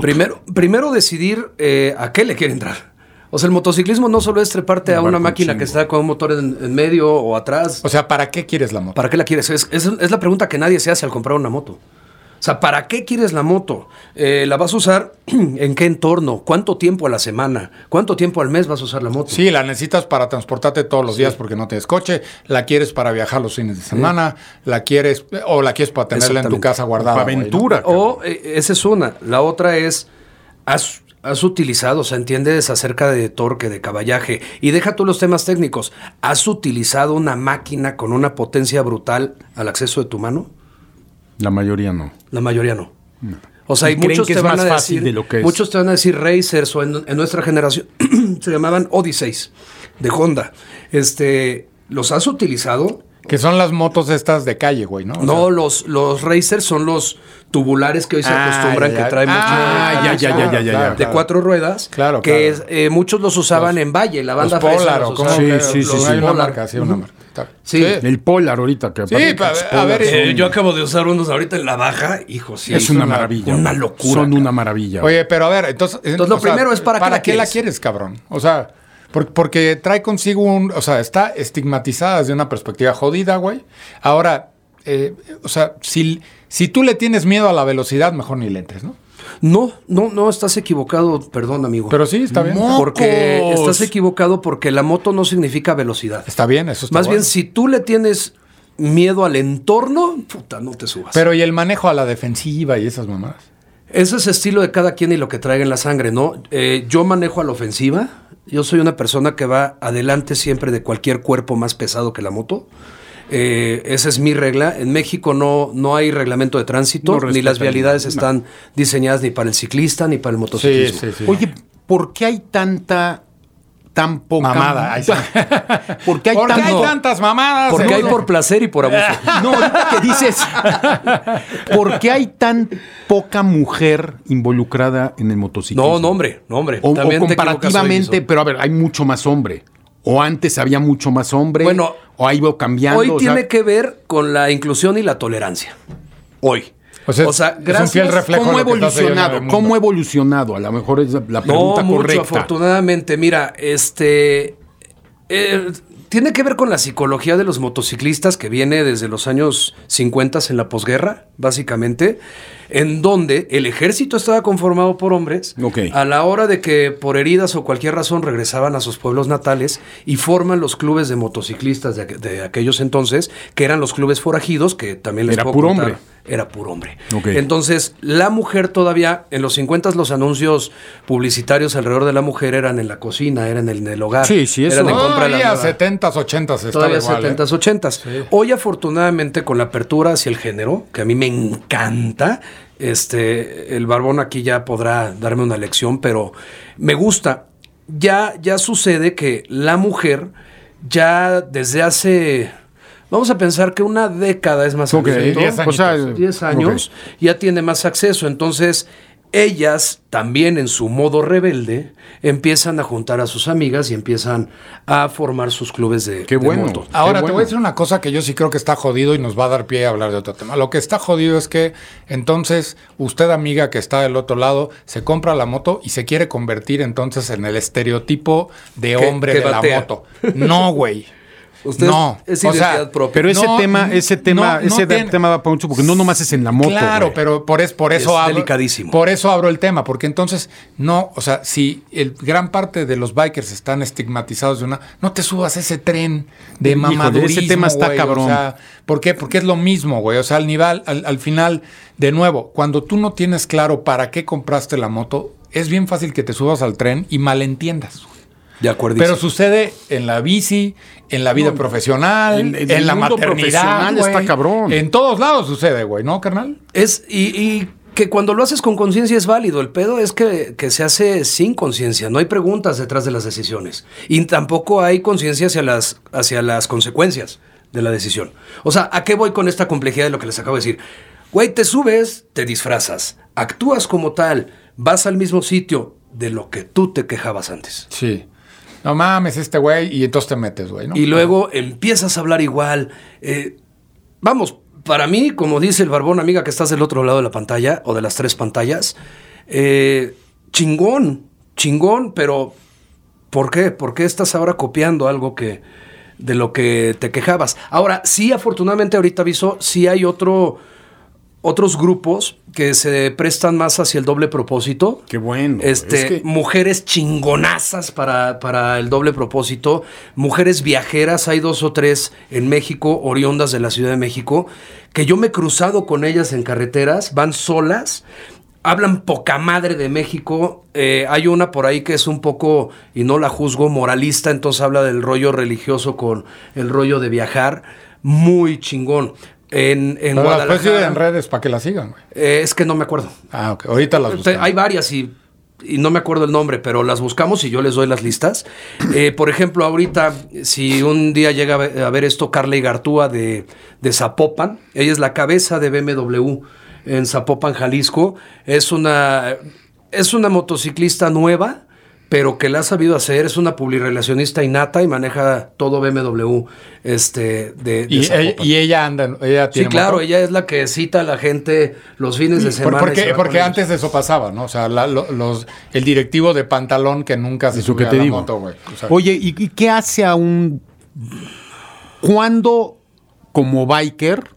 Speaker 6: Primero, primero decidir eh, a qué le quiere entrar. O sea, el motociclismo no solo es treparte a una
Speaker 2: un
Speaker 6: máquina
Speaker 2: chingo.
Speaker 6: que está con un motor en, en medio o atrás.
Speaker 4: O sea, ¿para qué quieres la moto?
Speaker 6: ¿Para qué la quieres? Es, es- es la pregunta que nadie se hace al comprar una moto. O sea, ¿para qué quieres la moto? Eh, ¿La vas a usar en qué entorno? ¿Cuánto tiempo a la semana? ¿Cuánto tiempo al mes vas a usar la moto?
Speaker 4: Sí, la necesitas para transportarte todos los días porque no tienes coche, la quieres para viajar los fines de semana, la quieres o la quieres para tenerla en tu
Speaker 6: Exactamente.
Speaker 4: casa guardada. güey, ¿no?
Speaker 2: aventura.
Speaker 6: O eh, esa es una. La otra es, has, has utilizado, o sea, entiendes acerca de torque, de caballaje, y deja tú los temas técnicos. ¿Has utilizado una máquina con una potencia brutal al acceso de tu mano?
Speaker 2: La mayoría no.
Speaker 6: La mayoría no. O sea,
Speaker 2: Y
Speaker 6: hay
Speaker 2: creen
Speaker 6: muchos
Speaker 2: que
Speaker 6: te
Speaker 2: es
Speaker 6: van
Speaker 2: más
Speaker 6: a
Speaker 2: fácil
Speaker 6: decir,
Speaker 2: de lo que es.
Speaker 6: muchos te van a decir racers o en, en nuestra generación se llamaban Odysseys de Honda. Este, ¿los has utilizado?
Speaker 4: Que son las motos estas de calle, güey, ¿no? O
Speaker 6: no,
Speaker 4: sea,
Speaker 6: los los racers son los tubulares que hoy se
Speaker 4: Ah,
Speaker 6: acostumbran
Speaker 4: ya, ya.
Speaker 6: que traen mucho-
Speaker 4: Ah,
Speaker 2: ya, ya, ya, ya, ya, ya.
Speaker 6: de cuatro ruedas,
Speaker 4: Claro,
Speaker 6: que
Speaker 4: claro.
Speaker 6: es- eh, muchos los usaban en Valle, la
Speaker 4: Los
Speaker 6: banda fresa
Speaker 4: Polar
Speaker 6: los
Speaker 4: o cómo
Speaker 6: usaba.
Speaker 2: Sí,
Speaker 4: que-
Speaker 2: sí,
Speaker 4: los-
Speaker 2: sí, sí.
Speaker 4: Hay una
Speaker 6: Polar.
Speaker 4: marca, sí, una marca. Está bien.
Speaker 6: Sí.
Speaker 4: Sí.
Speaker 2: El Polar ahorita que
Speaker 4: Sí,
Speaker 2: que
Speaker 4: pa-
Speaker 2: los
Speaker 4: a ver,
Speaker 2: Polar
Speaker 6: Eh,
Speaker 2: son-
Speaker 6: yo acabo de usar unos ahorita en la baja, hijo, sí.
Speaker 2: es una maravilla.
Speaker 6: Una
Speaker 2: güey.
Speaker 6: locura.
Speaker 2: Son
Speaker 6: cabrón.
Speaker 2: una maravilla.
Speaker 4: Oye, pero a ver, entonces...
Speaker 6: Entonces, lo primero es para qué la
Speaker 4: qué la
Speaker 6: quieres?
Speaker 4: quieres, cabrón? O sea, por- porque trae consigo un... O sea, está estigmatizada desde una perspectiva jodida, güey. Ahora, eh, o sea, si, si tú le tienes miedo a la velocidad, mejor ni le entres, ¿no?
Speaker 6: No, no, no, estás equivocado, perdón, amigo.
Speaker 4: Pero sí, está bien.
Speaker 2: ¡Mocos!
Speaker 6: Porque estás equivocado porque la moto no significa velocidad.
Speaker 4: Está bien, eso está
Speaker 6: Más bien,
Speaker 4: bueno.
Speaker 6: si tú le tienes miedo al entorno, puta, no te subas.
Speaker 4: Pero y el manejo a la defensiva y esas mamadas.
Speaker 6: Ese es estilo de cada quien y lo que traiga en la sangre, ¿no? Eh, yo manejo a la ofensiva. Yo soy una persona que va adelante siempre de cualquier cuerpo más pesado que la moto. Eh, esa es mi regla. En México no, no hay reglamento de tránsito,
Speaker 2: No
Speaker 6: ni las
Speaker 2: respetan,
Speaker 6: vialidades
Speaker 2: no.
Speaker 6: están diseñadas ni para el ciclista ni para el motociclismo.
Speaker 2: Oye, ¿por qué hay tanta tan poca
Speaker 4: Mamada, ahí sí.
Speaker 2: ¿Por qué hay
Speaker 4: ¿Por qué hay
Speaker 2: tanto-
Speaker 4: tantas mamadas? eh?
Speaker 6: Porque
Speaker 4: No,
Speaker 2: Ah,
Speaker 6: hay
Speaker 4: no.
Speaker 6: por placer y por abuso.
Speaker 2: No, ahorita que dices, ¿por qué hay tan poca mujer involucrada en el motociclismo?
Speaker 6: No, no, hombre, no, hombre.
Speaker 2: O, o
Speaker 6: También te equivocas,
Speaker 2: comparativamente,
Speaker 6: oye,
Speaker 2: pero a ver, hay mucho más hombre. O antes había mucho más hombre.
Speaker 6: Bueno,
Speaker 2: o ha ido cambiando.
Speaker 6: Hoy
Speaker 2: o sea,
Speaker 6: tiene que ver con la inclusión y la tolerancia. Hoy.
Speaker 4: O sea, es un fiel reflejo
Speaker 2: ¿Cómo
Speaker 4: de
Speaker 2: ha
Speaker 4: lo que está sucediendo en el
Speaker 2: evolucionado?
Speaker 4: mundo.
Speaker 2: ¿Cómo ha evolucionado? A lo mejor es la, la pregunta
Speaker 6: no, mucho,
Speaker 2: correcta.
Speaker 6: afortunadamente. Mira, este. eh, tiene que ver con la psicología de los motociclistas que viene desde los años 50 en la posguerra, básicamente, en donde el ejército estaba conformado por hombres.
Speaker 2: Ok.
Speaker 6: A la hora de que por heridas o cualquier razón regresaban a sus pueblos natales y forman los clubes de motociclistas de, aqu- de aquellos entonces, que eran los clubes forajidos, que también les
Speaker 2: Era
Speaker 6: puedo
Speaker 2: puro
Speaker 6: contar,
Speaker 2: hombre.
Speaker 6: Era puro hombre.
Speaker 2: Ok.
Speaker 6: Entonces, entonces, la mujer todavía, en los 50 los anuncios publicitarios alrededor de la mujer eran en la cocina, eran en el hogar.
Speaker 2: Sí, sí, eso.
Speaker 6: eran en compra de la
Speaker 4: Todavía
Speaker 6: nueva-
Speaker 4: 70s, 80s estaba
Speaker 6: Todavía
Speaker 4: igual, ¿eh?
Speaker 6: 70s, 80s. Hoy, afortunadamente, con la apertura hacia el género, que a mí me encanta, este, el barbón aquí ya podrá darme una lección, pero me gusta. Ya, ya sucede que la mujer, ya desde hace. Vamos a pensar que una década es más
Speaker 2: Ok,
Speaker 6: abierto.
Speaker 4: 10 años.
Speaker 2: o sea,
Speaker 6: 10 años,
Speaker 2: ok.
Speaker 6: ya tiene más acceso. Entonces, ellas también en su modo rebelde empiezan a juntar a sus amigas y empiezan a formar sus clubes de,
Speaker 2: Qué
Speaker 6: de
Speaker 2: bueno.
Speaker 6: moto.
Speaker 2: Qué
Speaker 4: Ahora te
Speaker 2: bueno.
Speaker 4: voy a decir una cosa que yo sí creo que está jodido y nos va a dar pie a hablar de otro tema. Lo que está jodido es que entonces usted amiga que está del otro lado se compra la moto y se quiere convertir entonces en el estereotipo de
Speaker 6: Que-
Speaker 4: hombre
Speaker 6: que
Speaker 4: de
Speaker 6: batea.
Speaker 4: la moto. No, güey.
Speaker 6: Ustedes-
Speaker 4: no,
Speaker 6: es
Speaker 4: o sea,
Speaker 6: identidad propia.
Speaker 2: Pero ese
Speaker 4: No,
Speaker 2: tema, ese
Speaker 4: no,
Speaker 2: tema,
Speaker 4: no
Speaker 2: ese
Speaker 4: ten-
Speaker 2: tema va para mucho, porque no nomás es en la moto.
Speaker 4: Claro,
Speaker 2: güey.
Speaker 4: pero por, es, por
Speaker 6: Es
Speaker 4: eso abro.
Speaker 6: delicadísimo.
Speaker 4: Por eso abro el tema, porque entonces, no, o sea, si el gran parte de los bikers están estigmatizados de una, no te subas a ese tren de
Speaker 2: Híjole,
Speaker 4: mamadurismo.
Speaker 2: ese tema está
Speaker 4: güey,
Speaker 2: cabrón.
Speaker 4: O sea, ¿Por qué? Porque es lo mismo, güey. O sea, al nivel, al, al final, de nuevo, cuando tú no tienes claro para qué compraste la moto, es bien fácil que te subas al tren y malentiendas. güey.
Speaker 6: De acuerdo.
Speaker 4: Pero sucede en la bici, en la vida profesional,
Speaker 2: en-
Speaker 4: en,
Speaker 2: en el
Speaker 4: la
Speaker 2: mundo
Speaker 4: maternidad.
Speaker 2: profesional está
Speaker 4: güey.
Speaker 2: cabrón.
Speaker 4: En todos lados sucede, güey, ¿no, carnal?
Speaker 6: Es, y, y que cuando lo haces con conciencia es válido. El pedo es que, que se hace sin conciencia. No hay preguntas detrás de las decisiones. Y tampoco hay conciencia hacia las, hacia las consecuencias de la decisión. O sea, ¿a qué voy con esta complejidad de lo que les acabo de decir? Güey, te subes, te disfrazas, actúas como tal, vas al mismo sitio de lo que tú te quejabas antes.
Speaker 4: Sí. No mames, este güey, y entonces te metes, güey, ¿no?
Speaker 6: Y luego empiezas a hablar igual. eh, vamos, para mí, como dice el barbón, amiga, que estás del otro lado de la pantalla o de las tres pantallas, eh, chingón, chingón, pero ¿por qué? ¿Por qué estás ahora copiando algo que de lo que te quejabas? Ahora, sí, afortunadamente, ahorita aviso, sí hay otro. Otros grupos que se prestan más hacia el doble propósito.
Speaker 2: Qué bueno, güey.
Speaker 6: Este,
Speaker 2: Es que-
Speaker 6: mujeres chingonazas para, para el doble propósito, mujeres viajeras, hay dos o tres en México, oriundas de la Ciudad de México, que yo me he cruzado con ellas en carreteras, van solas, hablan poca madre de México, eh, hay una por ahí que es un poco, y no la juzgo, moralista, entonces habla del rollo religioso con el rollo de viajar, muy chingón. En, en
Speaker 4: Pero
Speaker 2: Ah, pues
Speaker 4: después siguen en
Speaker 6: Guadalajara.
Speaker 4: redes para que la sigan, güey.
Speaker 6: eh, es que no me acuerdo.
Speaker 4: Ah, ok. Ahorita las
Speaker 6: Te-
Speaker 4: buscamos.
Speaker 6: Hay varias y, y no me acuerdo el nombre, pero las buscamos y yo les doy las listas. Eh, por ejemplo, ahorita, si un día llega a ve- a ver esto, Carla Igartúa de, de Zapopan, ella es la cabeza de BMW en Zapopan, Jalisco. Es una, es una motociclista nueva. Pero que la ha sabido hacer, es una publirelacionista innata y maneja todo BMW este, de, de
Speaker 4: Y,
Speaker 6: Zapopan.
Speaker 4: ella, y ella anda, en- ella
Speaker 6: sí,
Speaker 4: tiene
Speaker 6: claro,
Speaker 4: moto.
Speaker 6: ella es la que cita a la gente los fines de
Speaker 4: Por-
Speaker 6: semana. y
Speaker 4: porque
Speaker 6: se va
Speaker 4: porque
Speaker 6: con ellos.
Speaker 4: antes eso pasaba, ¿no? O sea, la- lo- los, el directivo de pantalón que nunca se
Speaker 2: Eso
Speaker 4: sube
Speaker 2: que
Speaker 4: a
Speaker 2: te
Speaker 4: la
Speaker 2: digo.
Speaker 4: moto, güey. O sea,
Speaker 2: Oye, ¿y, y qué hace a un. ¿Cuándo, como biker,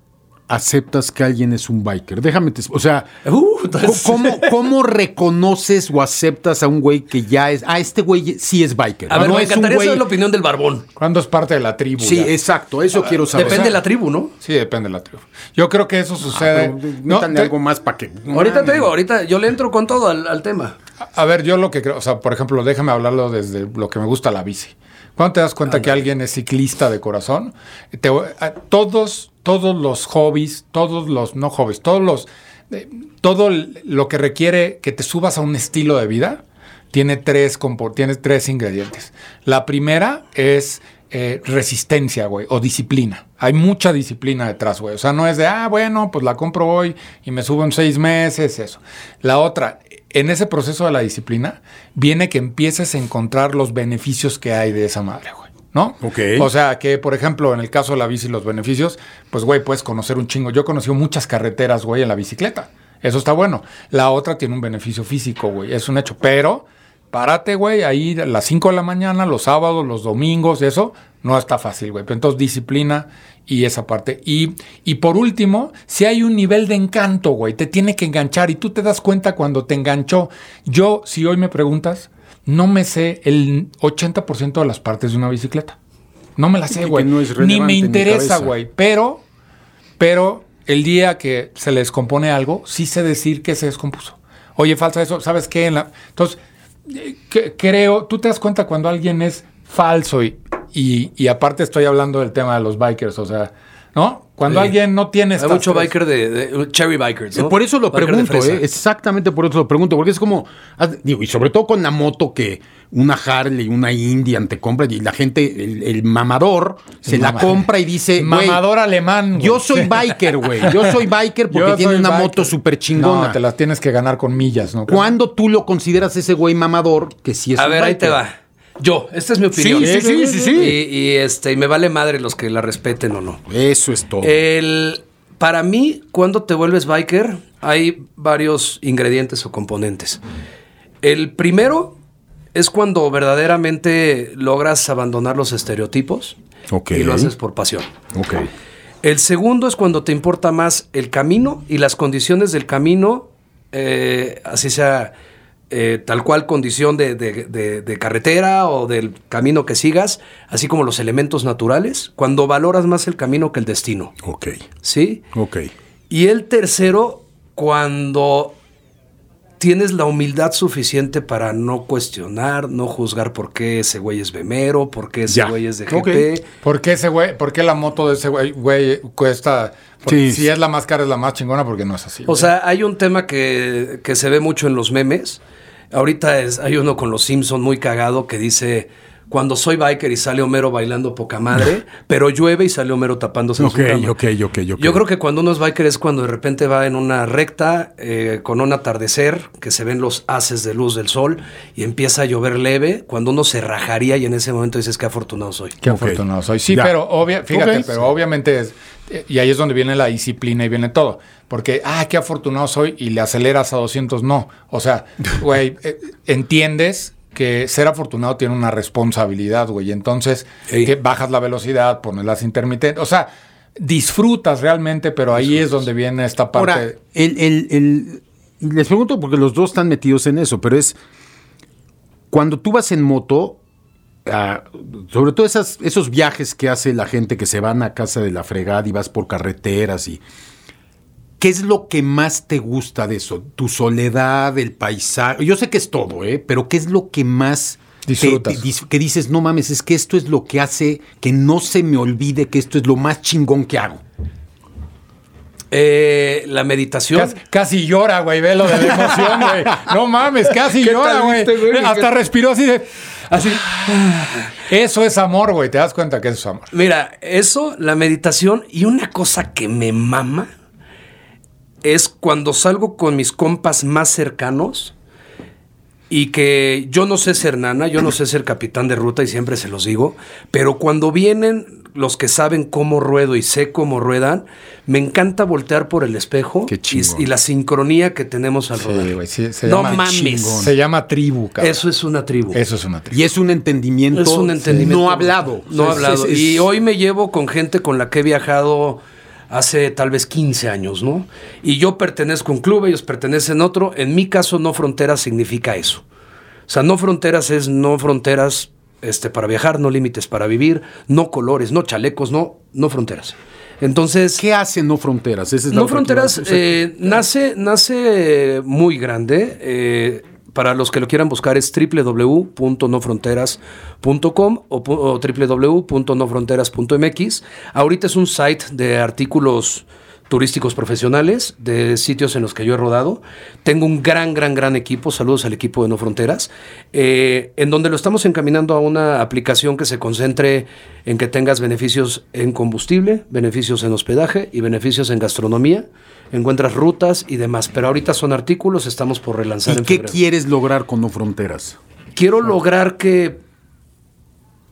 Speaker 2: aceptas que alguien es un biker? Déjame. te- o sea,
Speaker 6: Uh,
Speaker 2: co- ¿cómo, ¿cómo reconoces o aceptas a un güey que ya es. Ah, este güey sí es biker.
Speaker 6: A ver,
Speaker 2: no
Speaker 6: me
Speaker 2: es un
Speaker 6: encantaría
Speaker 2: güey.
Speaker 6: saber la opinión del barbón.
Speaker 4: ¿Cuándo es parte de la tribu?
Speaker 2: Sí,
Speaker 4: ya?
Speaker 2: exacto. Eso quiero saber.
Speaker 6: Depende de la tribu, ¿no?
Speaker 4: Sí, depende de la tribu. Yo creo que
Speaker 6: Ah,
Speaker 4: eso sucede. No,
Speaker 2: no,
Speaker 4: te-
Speaker 2: algo más para que.
Speaker 6: Ahorita te digo, ahorita yo le entro con todo al, al tema.
Speaker 4: A ver, yo lo que creo, o sea, por ejemplo, déjame hablarlo desde lo que me gusta la bici. Cuando te das cuenta que alguien es ciclista de corazón, Te- a- todos, todos los hobbies, todos los no hobbies, todos los, eh, todo el- lo que requiere que te subas a un estilo de vida, tiene tres, compo- tiene tres ingredientes. La primera es eh, resistencia, güey, o disciplina. Hay mucha disciplina detrás, güey. O sea, no es de, ah, bueno, pues la compro hoy y me subo en seis meses, eso. La otra, en ese proceso de la disciplina, viene que empieces a encontrar los beneficios que hay de esa madre, güey. ¿No?
Speaker 2: Ok.
Speaker 4: O sea, que por ejemplo, en el caso de la bici, los beneficios, pues güey, puedes conocer un chingo. Yo he conocido muchas carreteras, güey, en la bicicleta. Eso está bueno. La otra tiene un beneficio físico, güey. Es un hecho. Pero párate, güey, ahí a las 5 de la mañana, los sábados, los domingos, eso no está fácil, güey. Pero entonces disciplina y esa parte. Y, y por último, si hay un nivel de encanto, güey, te tiene que enganchar y tú te das cuenta cuando te enganchó. Yo, si hoy me preguntas, no me sé el 80% de las partes de una bicicleta. No me la
Speaker 2: Y
Speaker 4: sé,
Speaker 2: que
Speaker 4: güey.
Speaker 2: no es
Speaker 4: Ni
Speaker 2: relevante en
Speaker 4: me
Speaker 2: mi
Speaker 4: interesa,
Speaker 2: cabeza.
Speaker 4: güey. Pero, pero el día que se le descompone algo, sí sé decir que se descompuso. Oye, falsa eso, ¿sabes qué? En la- Entonces, eh, que- creo, tú te das cuenta cuando alguien es falso y, y, y aparte estoy hablando del tema de los bikers, o sea, ¿no? Cuando
Speaker 6: Sí.
Speaker 4: alguien no tiene
Speaker 6: Hay
Speaker 4: estas
Speaker 6: mucho
Speaker 4: tres-
Speaker 6: biker de, de- cherry bikers. ¿no?
Speaker 2: Por eso lo
Speaker 6: Biker de
Speaker 2: pregunto,
Speaker 6: fresa.
Speaker 2: ¿eh? exactamente por eso lo pregunto, porque es como, ah, digo, y sobre todo con la moto que una Harley, una Indian te compra y la gente, el, el mamador, se la
Speaker 4: mama-
Speaker 2: compra y dice, "Güey,
Speaker 4: Mamador alemán. güey.
Speaker 2: yo soy biker, güey, yo soy biker porque
Speaker 4: Yo
Speaker 2: tiene
Speaker 4: soy
Speaker 2: una
Speaker 4: biker.
Speaker 2: moto súper chingona.
Speaker 4: No, te las tienes que ganar con millas, ¿no?
Speaker 2: ¿Cuándo tú lo consideras ese güey mamador que sí es
Speaker 6: A
Speaker 2: un
Speaker 6: ver, ahí
Speaker 2: biker?
Speaker 6: te va. Yo, esta es mi opinión.
Speaker 2: sí, sí, sí, sí.
Speaker 6: Y, y, este, y me vale madre los que la respeten o no.
Speaker 2: Eso es todo.
Speaker 6: Eh, El, para mí, cuando te vuelves biker, hay varios ingredientes o componentes. El primero es cuando verdaderamente logras abandonar los estereotipos
Speaker 2: Ok.
Speaker 6: y lo haces por pasión.
Speaker 2: Ok.
Speaker 6: El segundo es cuando te importa más el camino y las condiciones del camino, eh, así sea eh, tal cual condición de, de- de- de carretera o del camino que sigas, así como los elementos naturales, cuando valoras más el camino que el destino,
Speaker 2: Ok.
Speaker 6: ¿sí?
Speaker 2: Ok.
Speaker 6: Y el tercero, cuando tienes la humildad suficiente para no cuestionar, no juzgar por qué ese güey es bemero, por qué ese
Speaker 2: Ya.
Speaker 6: güey es de GP.
Speaker 2: Ok.
Speaker 4: ¿Por qué ese güey, por qué la moto de ese güey, güey cuesta? porque
Speaker 2: Sí.
Speaker 4: Si es la más cara, es la más chingona, porque no es así.
Speaker 6: O
Speaker 4: güey.
Speaker 6: sea, hay un tema que, que se ve mucho en los memes. Ahorita es, hay uno con los Simpson muy cagado que dice, cuando soy biker y sale Homero bailando poca madre, pero llueve y sale Homero tapándose. en su
Speaker 2: Ok,
Speaker 6: cama".
Speaker 2: ok, ok, ok.
Speaker 6: Yo creo que cuando uno es biker es cuando de repente va en una recta eh, con un atardecer que se ven los haces de luz del sol y empieza a llover leve, cuando uno se rajaría y en ese momento dices qué afortunado soy.
Speaker 4: Qué
Speaker 2: Ok.
Speaker 4: afortunado soy. Sí,
Speaker 2: Ya.
Speaker 4: pero obvia, fíjate,
Speaker 2: Ok.
Speaker 4: pero obviamente es. Y ahí es donde viene la disciplina y viene todo. Porque, ah, qué afortunado soy y le aceleras a 200, no. O sea, güey, eh, entiendes que ser afortunado tiene una responsabilidad, güey. Entonces,
Speaker 6: Ey.
Speaker 4: que bajas la velocidad, pones las intermitentes. O sea, disfrutas realmente, pero ahí es donde viene esta parte.
Speaker 2: Ahora, el, el- el- les pregunto porque los dos están metidos en eso, pero es cuando tú vas en moto, ah, sobre todo esas, esos viajes que hace la gente que se van a casa de la fregada y vas por carreteras y... ¿Qué es lo que más te gusta de eso? Tu soledad, el paisaje. Yo sé que es todo, ¿eh? Pero ¿qué es lo que más te-
Speaker 4: Disfrutas.
Speaker 2: te dis- que dices, no mames, es que esto es lo que hace que no se me olvide que esto es lo más chingón que hago.
Speaker 6: Eh, la meditación.
Speaker 4: Casi, casi llora, güey, velo de la emoción, güey. No mames, casi
Speaker 6: ¿Qué
Speaker 4: llora,
Speaker 6: tal
Speaker 4: güey.
Speaker 6: viste, güey?
Speaker 4: Hasta
Speaker 6: ¿Qué-
Speaker 4: respiró así de. Así. Eso es amor, güey. Te das cuenta que eso es amor.
Speaker 6: Mira, eso, la meditación y una cosa que me mama es cuando salgo con mis compas más cercanos y que yo no sé ser nana, yo no sé ser capitán de ruta y siempre se los digo, pero cuando vienen los que saben cómo ruedo y sé cómo ruedan, me encanta voltear por el espejo
Speaker 2: Qué
Speaker 6: y,
Speaker 2: chingón.
Speaker 6: y la sincronía que tenemos al rodar.
Speaker 4: güey, sí, se
Speaker 6: no
Speaker 4: llama
Speaker 6: mames.
Speaker 4: chingón. Se llama tribu, cabrón.
Speaker 6: Eso es una tribu.
Speaker 4: Eso es una tribu.
Speaker 2: Y es un entendimiento,
Speaker 6: Es un entendimiento.
Speaker 2: no hablado.
Speaker 6: No
Speaker 2: Es-
Speaker 6: hablado.
Speaker 2: es- es-
Speaker 6: Y hoy me llevo con gente con la que he viajado hace tal vez 15 años, ¿no? Y yo pertenezco a un club, ellos pertenecen a otro. En mi caso, no fronteras significa eso. O sea, no fronteras es no fronteras este, para viajar, no límites para vivir, no colores, no chalecos, no, no fronteras. Entonces,
Speaker 2: ¿Qué hace No Fronteras? Esa es la
Speaker 6: no
Speaker 2: otra
Speaker 6: Fronteras
Speaker 2: pregunta. O sea,
Speaker 6: eh, nace, nace muy grande. eh, para los que lo quieran buscar es www.nofronteras.com o, pu- o www.nofronteras.mx. Ahorita es un site de artículos turísticos profesionales de sitios en los que yo he rodado. Tengo un gran, gran, gran equipo. Saludos al equipo de No Fronteras. eh, en donde lo estamos encaminando a una aplicación que se concentre en que tengas beneficios en combustible, beneficios en hospedaje y beneficios en gastronomía. Encuentras rutas y demás. Pero ahorita son artículos, estamos por relanzar
Speaker 2: ¿Y
Speaker 6: en
Speaker 2: qué
Speaker 6: febrero.
Speaker 2: quieres lograr con No Fronteras?
Speaker 6: Quiero lograr que,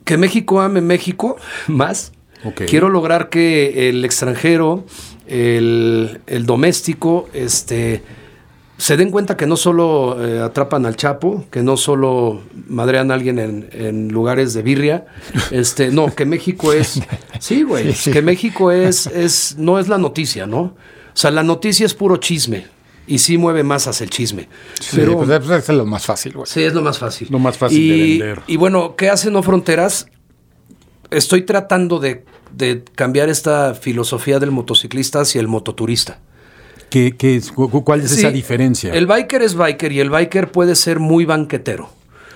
Speaker 6: que México ame México más.
Speaker 2: Ok.
Speaker 6: Quiero lograr que el extranjero, el, el doméstico, este, se den cuenta que no solo eh, atrapan al Chapo, que no solo madrean a alguien en, en lugares de birria. Este, no, que México es. Sí, güey.
Speaker 4: Sí, sí.
Speaker 6: Que México es, es. No es la noticia, ¿no? O sea, la noticia es puro chisme. Y sí mueve masas el chisme.
Speaker 4: Sí, pues, eh, pues, eso es lo más fácil, güey.
Speaker 6: Sí, es lo más fácil.
Speaker 2: Lo más fácil de
Speaker 6: Y-
Speaker 2: vender.
Speaker 6: Y bueno, ¿qué hace No Fronteras? Estoy tratando de, de cambiar esta filosofía del motociclista hacia el mototurista.
Speaker 2: ¿Qué, qué es, cu- cu- ¿Cuál es esa
Speaker 6: Sí,
Speaker 2: diferencia?
Speaker 6: El biker es biker y el biker puede ser muy banquetero.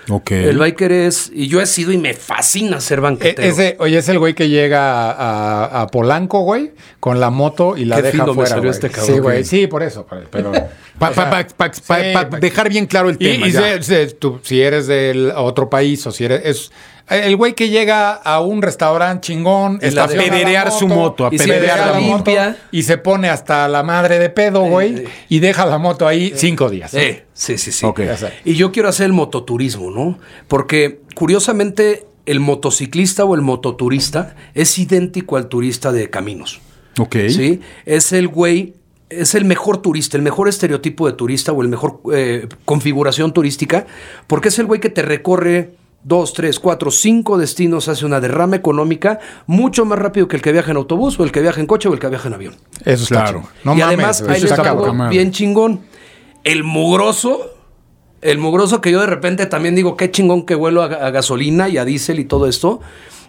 Speaker 2: Ok.
Speaker 6: El biker es, y yo he sido y me fascina ser
Speaker 4: E-
Speaker 6: banquetero.
Speaker 4: ese, oye, es el güey que llega a, a- a Polanco, güey, con la moto y la
Speaker 6: Qué
Speaker 4: deja
Speaker 6: fino me
Speaker 4: fuera.
Speaker 6: salió este cabrón.
Speaker 4: sí, güey, sí, por eso. Pero, pero-
Speaker 2: Para
Speaker 4: o sea, sí, pa-
Speaker 2: dejar bien claro el
Speaker 4: Y,
Speaker 2: tema.
Speaker 4: y
Speaker 2: ya.
Speaker 4: se- se- tú, si eres de otro país o si eres... Es, el güey que llega a un restaurante chingón,
Speaker 6: Y la
Speaker 4: estaciona
Speaker 2: pederear
Speaker 4: la
Speaker 2: su moto, a
Speaker 4: y se
Speaker 6: pederear
Speaker 4: deja
Speaker 6: la moto.
Speaker 4: moto, y se pone hasta la madre de pedo, güey,
Speaker 6: eh.
Speaker 4: y deja la moto ahí cinco días.
Speaker 6: Eh, sí, sí, sí.
Speaker 2: Ok.
Speaker 4: Ya sé.
Speaker 6: Y yo quiero hacer el mototurismo, ¿no? Porque curiosamente el motociclista o el mototurista es idéntico al turista de caminos.
Speaker 2: Ok.
Speaker 6: ¿sí? Es el güey es el mejor turista, el mejor estereotipo de turista o el mejor eh, configuración turística, porque es el güey que te recorre dos, tres, cuatro, cinco destinos, hace una derrama económica mucho más rápido que el que viaja en autobús o el que viaja en coche o el que viaja en avión.
Speaker 4: Eso está
Speaker 2: Claro.
Speaker 4: chingón. No
Speaker 6: y
Speaker 4: mames,
Speaker 6: además,
Speaker 4: güey,
Speaker 6: ahí
Speaker 4: eso
Speaker 6: les
Speaker 4: está
Speaker 6: va algo
Speaker 4: cabrón.
Speaker 6: bien chingón. El mugroso, el mugroso que yo de repente también digo, qué chingón que vuelo a, ga- a gasolina y a diésel y todo esto.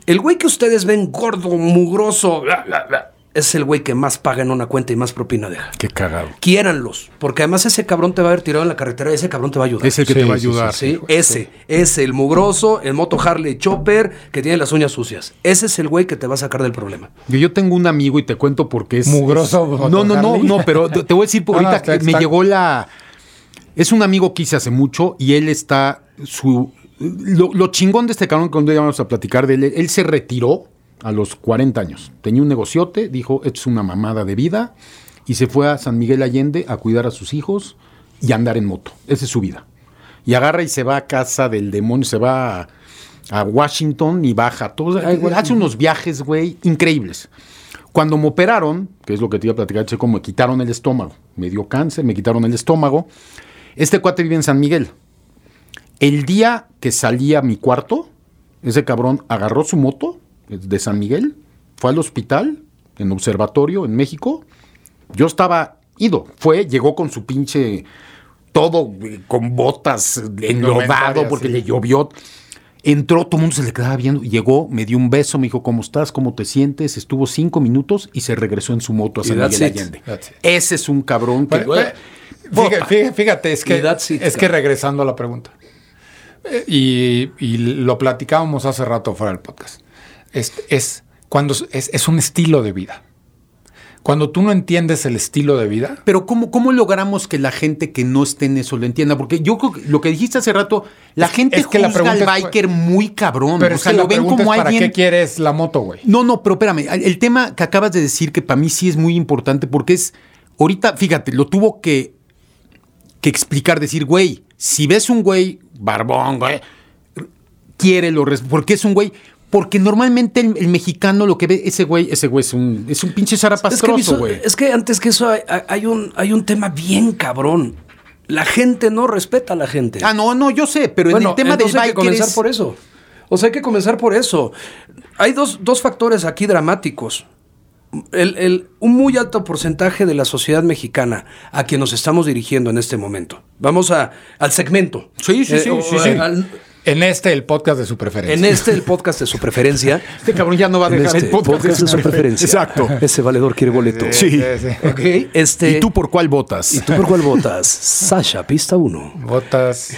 Speaker 6: El güey que ustedes ven gordo, mugroso, bla, bla, bla, es el güey que más paga en una cuenta y más propina deja.
Speaker 2: Qué cagado.
Speaker 6: Quiéranlos, porque además ese cabrón te va a haber tirado en la carretera y ese cabrón te va a ayudar.
Speaker 2: Es el que
Speaker 4: Sí,
Speaker 2: te va a
Speaker 4: sí, sí,
Speaker 2: ayudar.
Speaker 6: Sí, ese, ese, el mugroso, el moto Harley Chopper, que tiene las uñas sucias. Ese es el güey que te va a sacar del problema.
Speaker 2: Que Yo tengo un amigo y te cuento porque es.
Speaker 4: Mugroso,
Speaker 2: es- no, no, no,
Speaker 4: Harley.
Speaker 2: no, pero te te voy a decir porque
Speaker 4: No, no,
Speaker 2: ahorita
Speaker 4: está-
Speaker 2: que me
Speaker 4: está-
Speaker 2: llegó la. Es un amigo que hice hace mucho y él está. su Lo, lo chingón de este cabrón, cuando ya vamos a platicar de él, él se retiró a los 40 años. Tenía un negociote, dijo, esto es una mamada de vida, y se fue a San Miguel Allende a cuidar a sus hijos y a andar en moto. Esa es su vida. Y agarra y se va a casa del demonio, se va a, a Washington y baja. Todo, hace unos viajes, güey, increíbles. Cuando me operaron, que es lo que te iba a platicar, Checo, me quitaron el estómago. Me dio cáncer, me quitaron el estómago. Este cuate vive en San Miguel. El día que salí a mi cuarto, ese cabrón agarró su moto de San Miguel, fue al hospital, en observatorio, en México. Yo estaba ido. Fue, llegó con su pinche todo eh, con botas eh, enlodado
Speaker 4: Indumentaria,
Speaker 2: porque
Speaker 4: sí.
Speaker 2: le llovió. Entró, todo el mundo se le quedaba viendo, llegó, me dio un beso, me dijo, ¿cómo estás? ¿Cómo te sientes? Estuvo cinco minutos y se regresó en su moto a
Speaker 6: Y
Speaker 2: San
Speaker 6: that's
Speaker 2: Miguel
Speaker 6: it.
Speaker 2: Allende.
Speaker 4: That's it.
Speaker 2: Ese es un cabrón que...
Speaker 4: Pero- pero- fíjate, fíjate, fíjate, es
Speaker 6: Y
Speaker 4: que,
Speaker 6: that's it,
Speaker 4: es que
Speaker 6: cabrón.
Speaker 4: regresando a la pregunta, eh, y, y lo platicábamos hace rato fuera del podcast, es, es cuando s- es, es un estilo de vida. Cuando tú no entiendes el estilo de vida,
Speaker 2: Pero ¿cómo, ¿cómo logramos que la gente que no esté en eso lo entienda? Porque yo creo que lo que dijiste hace rato, la gente
Speaker 4: es que la
Speaker 2: juzga
Speaker 4: pregunta
Speaker 2: al
Speaker 4: es-
Speaker 2: biker muy cabrón. o
Speaker 4: pero es
Speaker 2: sea,
Speaker 4: que
Speaker 2: lo
Speaker 4: la
Speaker 2: ven
Speaker 4: pregunta
Speaker 2: como
Speaker 4: es para
Speaker 2: alguien...
Speaker 4: qué quieres la moto, güey.
Speaker 2: No, no, pero espérame, el tema que acabas de decir que para mí sí es muy importante porque es, ahorita, fíjate, lo tuvo que, que explicar, decir, güey, si ves un güey barbón, güey, quiérelo, res- porque es un güey... Porque normalmente el, el mexicano lo que ve, ese güey, ese güey es un, es un pinche zarapastroso,
Speaker 6: viso-
Speaker 2: güey.
Speaker 6: es que antes que eso hay, hay- hay un, hay un tema bien cabrón. La gente no respeta a la gente.
Speaker 2: Ah, no, no, yo sé, pero en el tema del
Speaker 6: entonces hay
Speaker 2: biker
Speaker 6: que comenzar
Speaker 2: es-
Speaker 6: por eso. O sea, hay que comenzar por eso. Hay dos, dos factores aquí dramáticos. El- el- un muy alto porcentaje de la sociedad mexicana a quien nos estamos dirigiendo en este momento. Vamos a, al segmento. Eh,
Speaker 2: Sí, sí, sí,
Speaker 6: o
Speaker 2: sí,
Speaker 6: a-
Speaker 2: sí.
Speaker 6: al-
Speaker 4: En este, el podcast de su preferencia.
Speaker 6: en este, el podcast de su preferencia.
Speaker 2: Este cabrón ya no va a
Speaker 6: En
Speaker 2: dejar
Speaker 6: este,
Speaker 2: el podcast,
Speaker 6: de su preferencia.
Speaker 2: Exacto.
Speaker 6: Ese valedor quiere boleto.
Speaker 2: Sí.
Speaker 6: Ok, este.
Speaker 2: ¿Y tú por cuál votas?
Speaker 6: ¿Y tú por cuál votas? Sasha, pista 1.
Speaker 4: Botas.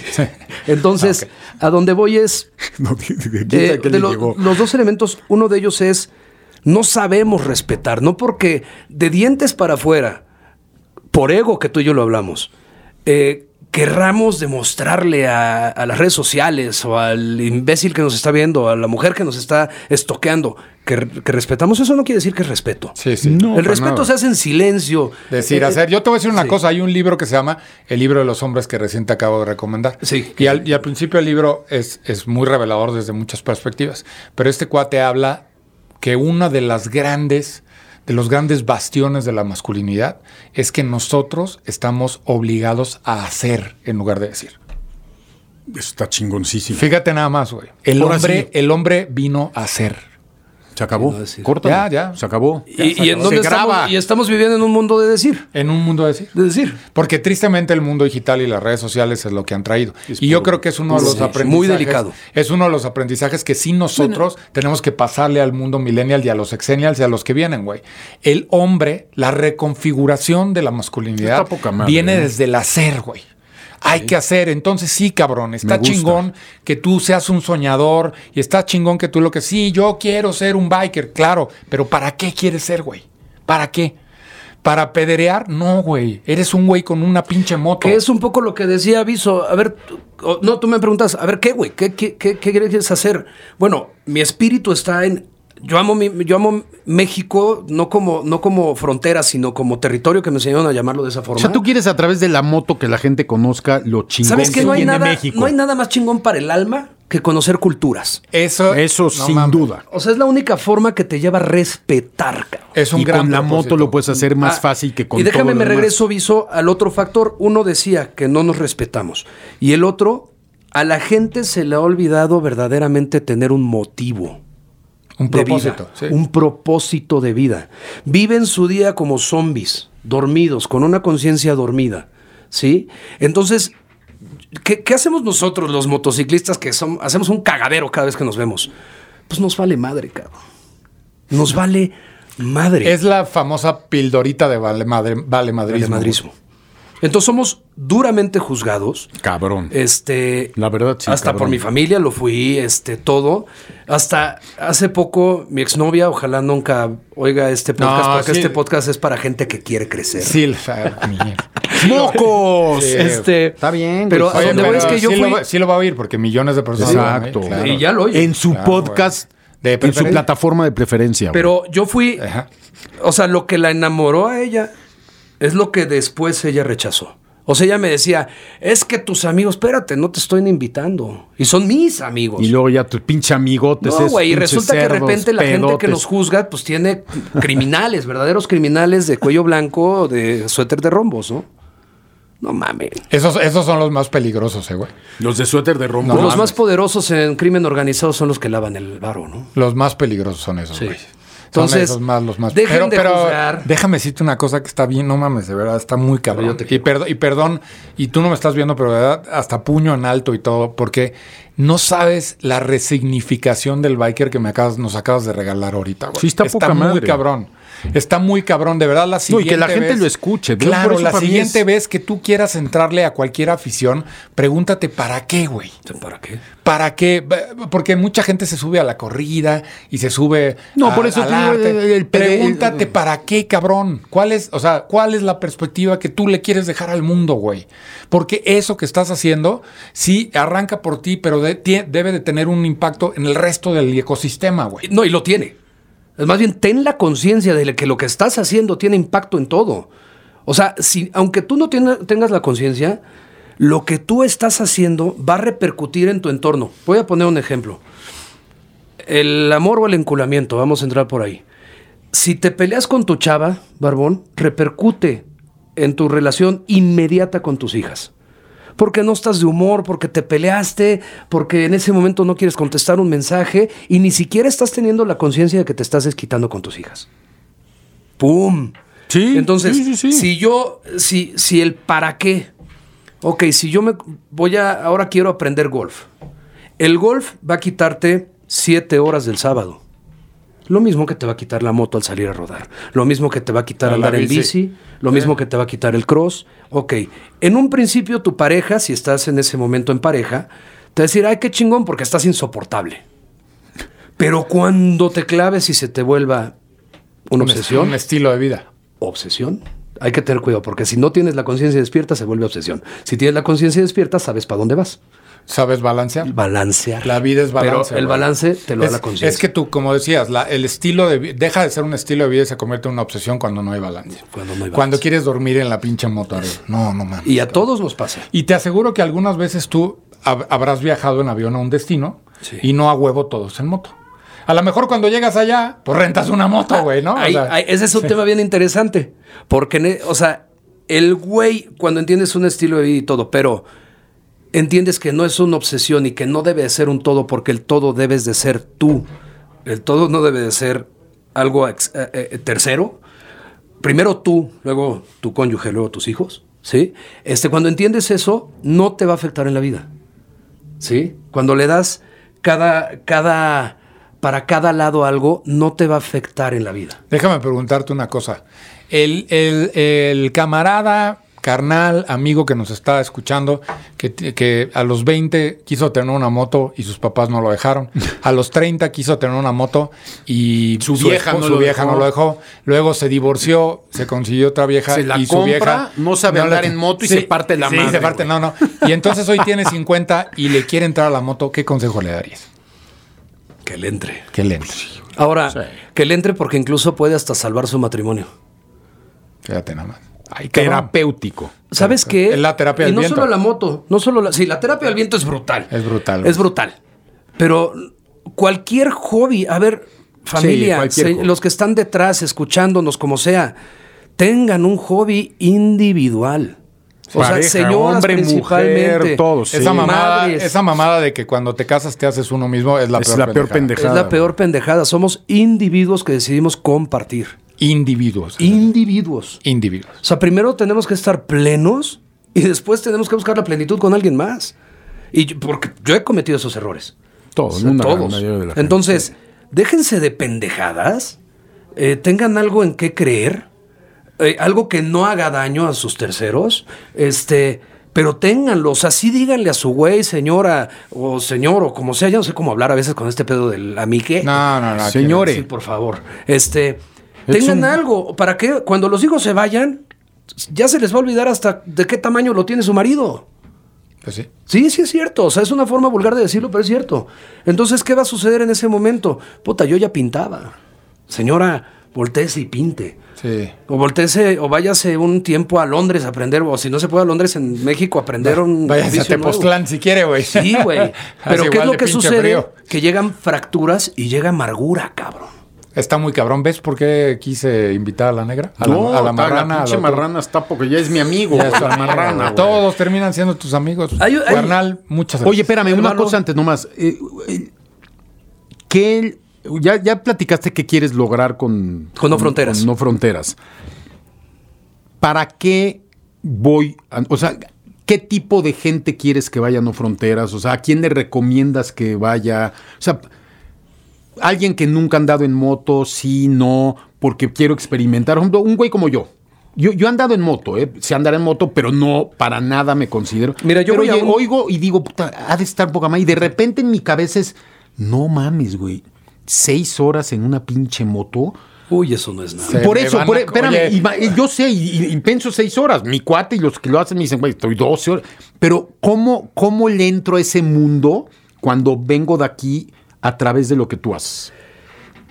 Speaker 6: Entonces,
Speaker 2: Ah,
Speaker 6: a donde voy es.
Speaker 2: No, ¿quién sabe
Speaker 6: eh,
Speaker 2: qué
Speaker 6: de
Speaker 2: le
Speaker 6: lo-
Speaker 2: llegó?
Speaker 6: los dos elementos, uno de ellos es. No sabemos respetar, no porque de dientes para afuera, por ego que tú y yo lo hablamos, eh, querramos demostrarle a, a las redes sociales o al imbécil que nos está viendo, a la mujer que nos está estoqueando, que, que respetamos, eso no quiere decir que es respeto.
Speaker 4: Sí, sí.
Speaker 2: No,
Speaker 6: El
Speaker 2: para
Speaker 6: respeto
Speaker 2: nada.
Speaker 6: se hace en silencio.
Speaker 4: Decir,
Speaker 6: Eh,
Speaker 4: hacer. Yo te voy a decir una
Speaker 6: sí.
Speaker 4: cosa. Hay un libro que se llama El libro de los hombres que recién te acabo de recomendar.
Speaker 6: Sí.
Speaker 4: Y al, y al principio el libro es, es muy revelador desde muchas perspectivas. Pero este cuate habla que una de las grandes, de los grandes bastiones de la masculinidad es que nosotros estamos obligados a hacer en lugar de decir.
Speaker 2: Eso está chingoncísimo.
Speaker 4: Fíjate nada más, güey. El,
Speaker 2: Ahora
Speaker 4: hombre,
Speaker 2: sí.
Speaker 4: el hombre vino a hacer.
Speaker 2: Se acabó.
Speaker 6: No decir.
Speaker 2: Córtalo.
Speaker 4: Ya, ya.
Speaker 2: Se acabó.
Speaker 6: Y, y en dónde
Speaker 2: Se
Speaker 6: estamos,
Speaker 2: graba.
Speaker 6: y estamos viviendo en un mundo de decir.
Speaker 4: En un mundo de decir.
Speaker 6: De decir.
Speaker 4: Porque tristemente el mundo digital y las redes sociales es lo que han traído. y yo creo que es uno de
Speaker 6: puro
Speaker 4: los
Speaker 6: decir.
Speaker 4: aprendizajes.
Speaker 6: Muy delicado.
Speaker 4: Es uno de los aprendizajes que sí nosotros tenemos que pasarle al mundo millennial y a los exennials y a los que vienen, güey. El hombre, la reconfiguración de la masculinidad
Speaker 2: Está poca madre, ¿eh?
Speaker 4: viene
Speaker 2: ¿no?
Speaker 4: desde el hacer, güey. Hay que hacer, entonces sí, cabrón, está
Speaker 2: Me gusta.
Speaker 4: chingón que tú seas un soñador y está chingón que tú lo que sí, yo quiero ser un biker, claro, pero ¿para qué quieres ser, güey? ¿Para qué? Para pederear, no, güey. Eres un güey con una pinche moto.
Speaker 6: Que es un poco lo que decía Aviso. A ver, tú- o- no, tú me preguntas, a ver, ¿qué, güey? ¿Qué, qué, qué, qué quieres hacer? Bueno, mi espíritu está en. Yo amo, mi, yo amo México, no como, no como frontera, sino como territorio que me enseñaron a llamarlo de esa
Speaker 2: O
Speaker 6: forma.
Speaker 2: sea, tú quieres a través de la moto que la gente conozca lo chingón
Speaker 6: ¿Sabes que no hay,
Speaker 2: tiene
Speaker 6: nada,
Speaker 2: México.
Speaker 6: no hay nada más chingón para el alma que conocer culturas.
Speaker 4: Eso,
Speaker 2: Eso
Speaker 4: no
Speaker 2: sin
Speaker 4: mames.
Speaker 2: duda.
Speaker 6: O sea, es la única forma que te lleva a respetar, cabrón.
Speaker 4: Es un
Speaker 2: y
Speaker 4: gran
Speaker 2: con la
Speaker 4: propósito.
Speaker 2: moto lo puedes hacer más
Speaker 6: Ah,
Speaker 2: fácil que con
Speaker 6: Y déjame,
Speaker 2: todo lo
Speaker 6: me
Speaker 2: demás.
Speaker 6: regreso, Viso, al otro factor. Uno decía que no nos respetamos. Y el otro, a la gente se le ha olvidado verdaderamente tener un motivo.
Speaker 4: un
Speaker 6: de
Speaker 4: propósito.
Speaker 6: vida,
Speaker 4: sí.
Speaker 6: un propósito de vida. Viven su día como zombies, dormidos, con una conciencia dormida, ¿sí? Entonces, ¿qué, qué hacemos nosotros los motociclistas que son, hacemos un cagadero cada vez que nos vemos? Pues nos vale madre, cabrón. Nos vale madre.
Speaker 4: Es la famosa pildorita de vale, madre, vale madrismo.
Speaker 6: el madrismo. Entonces somos duramente juzgados.
Speaker 2: Cabrón.
Speaker 6: Este,
Speaker 2: La verdad, sí,
Speaker 6: Hasta
Speaker 2: cabrón.
Speaker 6: por mi familia lo fui, este, todo. Hasta hace poco, mi exnovia, ojalá nunca oiga este podcast,
Speaker 4: No,
Speaker 6: porque
Speaker 4: sí.
Speaker 6: este podcast es para gente que quiere crecer.
Speaker 4: Sí, o sea, mierda.
Speaker 2: ¡Mocos!
Speaker 4: Sí.
Speaker 6: Este,
Speaker 2: Está bien, güey.
Speaker 6: Pero a
Speaker 2: Oye,
Speaker 6: donde voy
Speaker 4: pero
Speaker 6: es que yo
Speaker 4: sí,
Speaker 6: fui.
Speaker 4: lo, va- sí lo va a oír porque millones de
Speaker 6: pues,
Speaker 4: personas. lo van a oír,
Speaker 2: Exacto.
Speaker 4: claro.
Speaker 6: eh, Y ya lo oye.
Speaker 2: En su
Speaker 4: Claro,
Speaker 2: podcast,
Speaker 4: güey. De
Speaker 2: en su
Speaker 4: preferencia.
Speaker 2: plataforma de preferencia. güey.
Speaker 6: Pero yo fui.
Speaker 4: Ajá.
Speaker 6: O sea, lo que la enamoró a ella es lo que después ella rechazó. O sea, ella me decía, es que tus amigos, espérate, no te estoy ni invitando. Y son mis amigos.
Speaker 2: Y luego ya tus pinche amigotes.
Speaker 6: No,
Speaker 2: esos
Speaker 6: güey, y
Speaker 2: pinches
Speaker 6: resulta que de
Speaker 2: cerdos,
Speaker 6: repente la gente que
Speaker 2: pedotes.
Speaker 6: nos juzga, pues tiene criminales, verdaderos criminales de cuello blanco, de suéter de rombos, ¿no? No mames.
Speaker 4: Esos, esos son los más peligrosos, eh, güey.
Speaker 2: Los de suéter de rombo.
Speaker 4: No,
Speaker 6: los
Speaker 4: mames.
Speaker 6: más poderosos en crimen organizado son los que lavan el varo, ¿no?
Speaker 4: Los más peligrosos son esos,
Speaker 6: Sí.
Speaker 4: güey.
Speaker 6: Entonces,
Speaker 4: son esos más, los más
Speaker 6: dejen de juzgar.
Speaker 4: Déjame decirte una cosa que está bien, no mames, de verdad, está muy cabrón.
Speaker 6: yo te
Speaker 4: y, perdo- y perdón, y tú no me estás viendo, pero de verdad, hasta puño en alto y todo, porque no sabes la resignificación del biker que me acabas, nos acabas de regalar ahorita, güey.
Speaker 2: Sí, está poca
Speaker 4: muy
Speaker 2: madre.
Speaker 4: cabrón. Está muy cabrón, de verdad, la
Speaker 2: No, y
Speaker 4: siguiente
Speaker 2: que la gente
Speaker 4: vez-
Speaker 2: lo escuche, ¿no? Por
Speaker 4: Claro,
Speaker 2: eso
Speaker 4: la
Speaker 2: para mí
Speaker 4: siguiente
Speaker 2: es-
Speaker 4: vez que tú quieras entrarle a cualquier afición, pregúntate para qué, güey.
Speaker 6: ¿Para qué?
Speaker 4: ¿Para qué? Porque mucha gente se sube a la corrida y se sube.
Speaker 2: No,
Speaker 4: a-
Speaker 2: por eso
Speaker 4: al
Speaker 2: te digo,
Speaker 4: arte.
Speaker 2: el- el- el-
Speaker 4: Pregúntate
Speaker 2: el-
Speaker 4: para qué, cabrón. ¿Cuál es, o sea, cuál es la perspectiva que tú le quieres dejar al mundo, güey? Porque eso que estás haciendo, sí, arranca por ti, pero de- tie- debe de tener un impacto en el resto del ecosistema, güey.
Speaker 6: No, y lo tiene. Es Más bien, ten la conciencia de que lo que estás haciendo tiene impacto en todo. O sea, si, aunque tú no tiene- tengas la conciencia, lo que tú estás haciendo va a repercutir en tu entorno. Voy a poner un ejemplo. El amor o el enculamiento, vamos a entrar por ahí. Si te peleas con tu chava, barbón, repercute en tu relación inmediata con tus hijas. Porque no estás de humor, porque te peleaste, porque en ese momento no quieres contestar un mensaje y ni siquiera estás teniendo la conciencia de que te estás desquitando con tus hijas. ¡Pum!
Speaker 2: Sí,
Speaker 6: Entonces,
Speaker 2: sí, sí, sí.
Speaker 6: si yo, si, si el para qué, ok, si yo me voy a, ahora quiero aprender golf. El golf va a quitarte siete horas del sábado. Lo mismo que te va a quitar la moto al salir a rodar. Lo mismo que te va a
Speaker 4: A
Speaker 6: quitar
Speaker 4: la
Speaker 6: andar en
Speaker 4: bici.
Speaker 6: bici. Lo mismo que te va a quitar el cross. Ok. En un principio, tu pareja, si estás en ese momento en pareja, te va a decir, ay, qué chingón, porque estás insoportable. Pero cuando te claves y se te vuelva una
Speaker 4: Un est-
Speaker 6: obsesión,
Speaker 4: Un estilo de vida.
Speaker 6: obsesión. Hay que tener cuidado, porque si no tienes la conciencia despierta, se vuelve obsesión. Si tienes la conciencia despierta, sabes para dónde vas.
Speaker 4: ¿Sabes balancear?
Speaker 6: Balancear.
Speaker 4: La vida es balance.
Speaker 6: Pero el
Speaker 4: güey.
Speaker 6: balance te lo
Speaker 4: Es-
Speaker 6: da la conciencia.
Speaker 4: Es que tú, como decías, la- el estilo de vi- deja de ser un estilo de vida y se convierte en una obsesión cuando no hay balance.
Speaker 6: Cuando no hay balance.
Speaker 4: Cuando quieres dormir en la pinche moto arriba. No, no mames.
Speaker 6: Y a todos nos pasa.
Speaker 4: Y te aseguro que algunas veces tú hab- habrás viajado en avión a un destino
Speaker 6: Sí.
Speaker 4: y no a huevo todos en moto. A lo mejor cuando llegas allá, pues rentas una
Speaker 6: Ah,
Speaker 4: moto, güey, ¿no? O
Speaker 6: Ahí-
Speaker 4: sea,
Speaker 6: ahí- ese es un tema bien interesante. Porque, ne- o sea, el güey, cuando entiendes un estilo de vida y todo, pero entiendes que no es una obsesión y que no debe de ser un todo, porque el todo debes de ser tú. El todo no debe de ser algo ex- eh, eh, tercero. Primero tú, luego tu cónyuge, luego tus hijos. ¿Sí? Este, cuando entiendes eso, no te va a afectar en la vida. ¿sí? Cuando le das cada, cada, para cada lado algo, no te va a afectar en la vida.
Speaker 4: Déjame preguntarte una cosa. El, el- el camarada, carnal, amigo que nos está escuchando, que, t- que a los 20 quiso tener una moto y sus papás no lo dejaron. A los 30 quiso tener una moto y
Speaker 2: Su vieja
Speaker 4: espo-
Speaker 2: no
Speaker 4: su
Speaker 2: lo
Speaker 4: vieja
Speaker 2: dejó.
Speaker 4: no lo dejó. Luego se divorció, se consiguió otra vieja
Speaker 2: Se la
Speaker 4: y su
Speaker 2: compra,
Speaker 4: vieja
Speaker 2: no sabe
Speaker 4: la
Speaker 2: andar
Speaker 4: te-
Speaker 2: en moto y se parte la
Speaker 4: sí,
Speaker 2: madre,
Speaker 4: se parte,
Speaker 2: güey.
Speaker 4: no, no. Y entonces hoy tiene 50 y le quiere entrar a la moto. ¿Qué consejo le darías?
Speaker 6: Que le entre.
Speaker 4: Que le entre.
Speaker 6: Ahora,
Speaker 2: Sí.
Speaker 6: que le entre porque incluso puede hasta salvar su matrimonio.
Speaker 4: Fíjate nada más. Ay, cabrón.
Speaker 2: Terapéutico.
Speaker 6: ¿Sabes qué?
Speaker 4: Es la terapia
Speaker 6: y
Speaker 4: del
Speaker 6: no
Speaker 4: viento.
Speaker 6: solo la moto, no solo la... Sí, la terapia del viento es brutal.
Speaker 4: Es brutal, güey.
Speaker 6: Es brutal. Pero cualquier hobby, a ver, familia,
Speaker 2: cualquier
Speaker 6: se-
Speaker 2: hobby.
Speaker 6: los que están detrás escuchándonos como sea, tengan un hobby individual. O
Speaker 2: Pareja,
Speaker 6: sea, señoras
Speaker 2: hombre, mujer,
Speaker 6: principalmente.
Speaker 2: todos, sí.
Speaker 6: Esa mamada, esa
Speaker 4: esa mamada de que cuando te casas te haces uno mismo es la
Speaker 2: Es
Speaker 4: peor
Speaker 2: la peor
Speaker 6: es
Speaker 2: pendejada.
Speaker 6: la peor pendejada. Somos individuos que decidimos compartir.
Speaker 4: Individuos.
Speaker 6: Individuos.
Speaker 4: Individuos.
Speaker 6: O sea, primero tenemos que estar plenos y después tenemos que buscar la plenitud con alguien más. Y yo- porque yo he cometido esos errores.
Speaker 2: Todo,
Speaker 6: O sea,
Speaker 2: una gran
Speaker 6: todos.
Speaker 2: mayoría de la gente.
Speaker 6: Entonces, déjense de pendejadas, eh, tengan algo en qué creer, eh, algo que no haga daño a sus terceros, este, pero ténganlos, así díganle a su güey, señora, o señor, o como sea, ya no sé cómo hablar a veces con este pedo del amique.
Speaker 4: No, no, no.
Speaker 2: Señores.
Speaker 6: Sí, por favor. Este,
Speaker 2: Es
Speaker 6: tengan
Speaker 2: un-
Speaker 6: algo para que cuando los hijos se vayan, ya se les va a olvidar hasta de qué tamaño lo tiene su marido.
Speaker 4: Pues sí.
Speaker 6: Sí, sí es cierto. O sea, es una forma vulgar de decirlo, pero es cierto. Entonces, ¿qué va a suceder en ese momento? Puta, yo ya pintaba. Señora, volteese y pinte.
Speaker 4: Sí.
Speaker 6: O volteese o váyase un tiempo a Londres a aprender, o si no se puede a Londres, en México, a aprender un.
Speaker 4: Vayas a
Speaker 6: oficio nuevo.
Speaker 4: Tepoztlán si quiere, güey.
Speaker 6: Sí, güey. Pero
Speaker 4: Hace
Speaker 6: ¿qué es
Speaker 4: igual
Speaker 6: lo
Speaker 4: de
Speaker 6: que
Speaker 4: pinche
Speaker 6: sucede?
Speaker 4: frío.
Speaker 6: Que llegan fracturas y llega amargura, cabrón.
Speaker 4: Está muy cabrón. ¿Ves por qué quise invitar a la negra? A la,
Speaker 2: No,
Speaker 4: a la
Speaker 2: está-
Speaker 4: marrana.
Speaker 2: La
Speaker 4: a
Speaker 2: pinche
Speaker 4: la-
Speaker 2: marrana está porque ya es mi amigo.
Speaker 4: Ya
Speaker 2: güey,
Speaker 4: es tu
Speaker 2: la
Speaker 4: amiga,
Speaker 2: marrana,
Speaker 4: güey.
Speaker 2: güey.
Speaker 4: Todos terminan siendo tus amigos.
Speaker 6: Ay, ay.
Speaker 4: Carnal, muchas gracias.
Speaker 2: Oye, espérame, una
Speaker 6: Hermano.
Speaker 2: cosa antes nomás. Eh, eh, ¿qué el- ya, ya platicaste qué quieres lograr con...
Speaker 6: Con No Fronteras.
Speaker 2: con no fronteras. ¿Para qué voy? a- o sea, ¿qué tipo de gente quieres que vaya a No Fronteras? O sea, ¿a quién le recomiendas que vaya? O sea, alguien que nunca ha andado en moto, sí, no, porque quiero experimentar. Por ejemplo, un güey como yo. Yo, yo he andado en moto, ¿eh? sé andar en moto, pero no para nada me considero.
Speaker 6: Mira, yo
Speaker 2: Pero
Speaker 6: voy a
Speaker 2: oye,
Speaker 6: un-
Speaker 2: oigo y digo, puta, ha de estar poca madre. Y de repente en mi cabeza es, no mames, güey, seis horas en una pinche moto.
Speaker 6: Uy, eso no es nada.
Speaker 4: Sí.
Speaker 2: por
Speaker 4: me
Speaker 2: eso,
Speaker 4: van
Speaker 2: por- e,
Speaker 4: a-
Speaker 2: espérame,
Speaker 4: oye.
Speaker 2: y va- y yo sé, y, y pienso seis horas. Mi cuate y los que lo hacen me dicen, güey, estoy 12 horas. Pero, ¿cómo, ¿cómo le entro a ese mundo cuando vengo de aquí a través de lo que tú haces?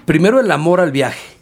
Speaker 6: Primero el amor al viaje.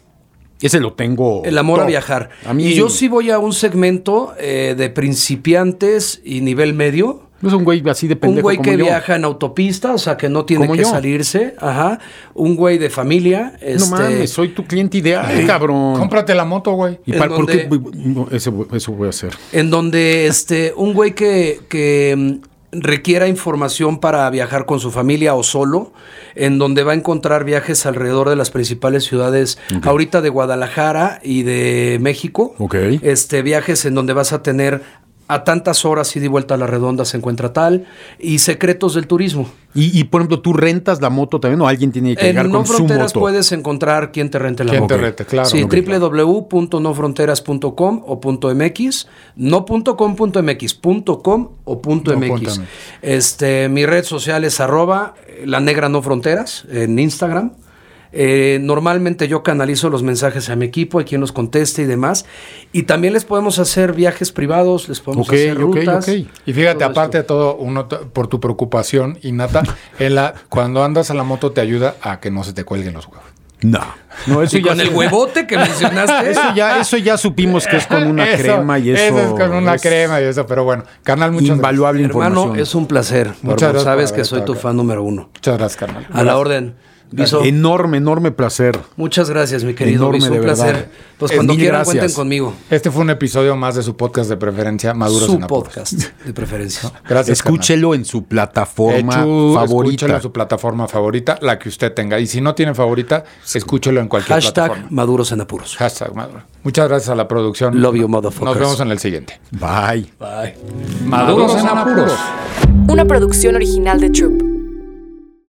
Speaker 2: Ese lo tengo.
Speaker 6: El amor a
Speaker 2: top.
Speaker 6: viajar.
Speaker 2: A mí,
Speaker 6: Y yo sí voy a un segmento eh, de principiantes y nivel medio.
Speaker 2: No es un güey así de pendejo
Speaker 6: Un güey
Speaker 2: como
Speaker 6: que
Speaker 2: yo.
Speaker 6: viaja en autopista, o sea, que no tiene
Speaker 2: Como
Speaker 6: que
Speaker 2: yo.
Speaker 6: salirse. Ajá. Un güey de familia.
Speaker 2: No
Speaker 6: Este,
Speaker 2: mames, soy tu cliente ideal, cabrón.
Speaker 4: Cómprate la moto, güey.
Speaker 2: ¿Y
Speaker 6: En
Speaker 2: para, por qué?
Speaker 6: donde-
Speaker 2: No, ese voy- eso voy a hacer.
Speaker 6: En donde este, un güey que, que, mm, requiera información para viajar con su familia o solo, en donde va a encontrar viajes alrededor de las principales ciudades, ahorita de Guadalajara y de México.
Speaker 2: Ok.
Speaker 6: Este, viajes en donde vas a tener a tantas horas y de vuelta a la redonda se encuentra tal, y secretos del turismo.
Speaker 2: Y, y, por ejemplo, tú rentas la moto también o alguien tiene que
Speaker 6: En
Speaker 2: llegar
Speaker 6: No
Speaker 2: con su
Speaker 6: Fronteras
Speaker 2: moto.
Speaker 6: puedes encontrar quien te rente la
Speaker 4: Quien
Speaker 6: moto.
Speaker 4: te rente, claro.
Speaker 6: Sí,
Speaker 4: Ok.
Speaker 6: www.nofronteras.com o punto .mx, no punto .com, punto .mx, punto .com o punto
Speaker 4: No,
Speaker 6: .mx.
Speaker 4: punto MX.
Speaker 6: Este, mi red social es arroba eh, la negra no fronteras en Instagram. Eh, normalmente yo canalizo los mensajes a mi equipo, a quien los conteste y demás. Y también les podemos hacer viajes privados, les podemos
Speaker 2: Ok,
Speaker 6: hacer
Speaker 2: ok,
Speaker 6: rutas.
Speaker 2: ok.
Speaker 4: Y fíjate,
Speaker 6: Todo
Speaker 4: aparte de todo, uno t- por tu preocupación innata, en la, cuando andas a la moto te ayuda a que no se te cuelguen los huevos.
Speaker 2: No. No, eso
Speaker 6: Y con el huevote que mencionaste.
Speaker 2: Eso ya, eso ya supimos que es con una
Speaker 4: Eso,
Speaker 2: crema y eso.
Speaker 4: es con una
Speaker 2: es
Speaker 4: crema y eso, pero bueno, carnal, muchas
Speaker 2: Invaluable
Speaker 6: Hermano,
Speaker 2: información.
Speaker 6: es un placer. Bárbaro.
Speaker 4: gracias por
Speaker 6: Sabes
Speaker 4: haber
Speaker 6: que soy
Speaker 4: estado
Speaker 6: tu
Speaker 4: acá.
Speaker 6: fan número uno.
Speaker 4: gracias. Muchas gracias, carnal.
Speaker 6: A la orden. Biso,
Speaker 2: Enorme, enorme placer.
Speaker 6: muchas gracias, mi querido.
Speaker 2: Enorme,
Speaker 6: Biso, un
Speaker 2: de
Speaker 6: placer.
Speaker 2: verdad.
Speaker 6: Pues
Speaker 2: Es
Speaker 6: cuando
Speaker 2: mil
Speaker 6: quieran,
Speaker 2: gracias.
Speaker 6: cuenten conmigo.
Speaker 4: Este fue un episodio más de su podcast de preferencia, Maduros
Speaker 6: Su
Speaker 4: en Apuros.
Speaker 6: podcast, de preferencia.
Speaker 4: Gracias, carnal.
Speaker 2: Escúchelo en su plataforma
Speaker 4: Echu, Escúchelo
Speaker 2: favorita.
Speaker 4: en su plataforma favorita, la que usted tenga. Y si no tiene favorita, escúchelo en cualquier
Speaker 6: Hashtag
Speaker 4: plataforma.
Speaker 6: maduros en apuros.
Speaker 4: Hashtag Maduro. Muchas gracias a la producción.
Speaker 6: Love you, motherfuckers.
Speaker 4: Nos vemos en el siguiente.
Speaker 2: Bye.
Speaker 6: Bye.
Speaker 4: Maduros en apuros.
Speaker 1: Una producción original de Troop.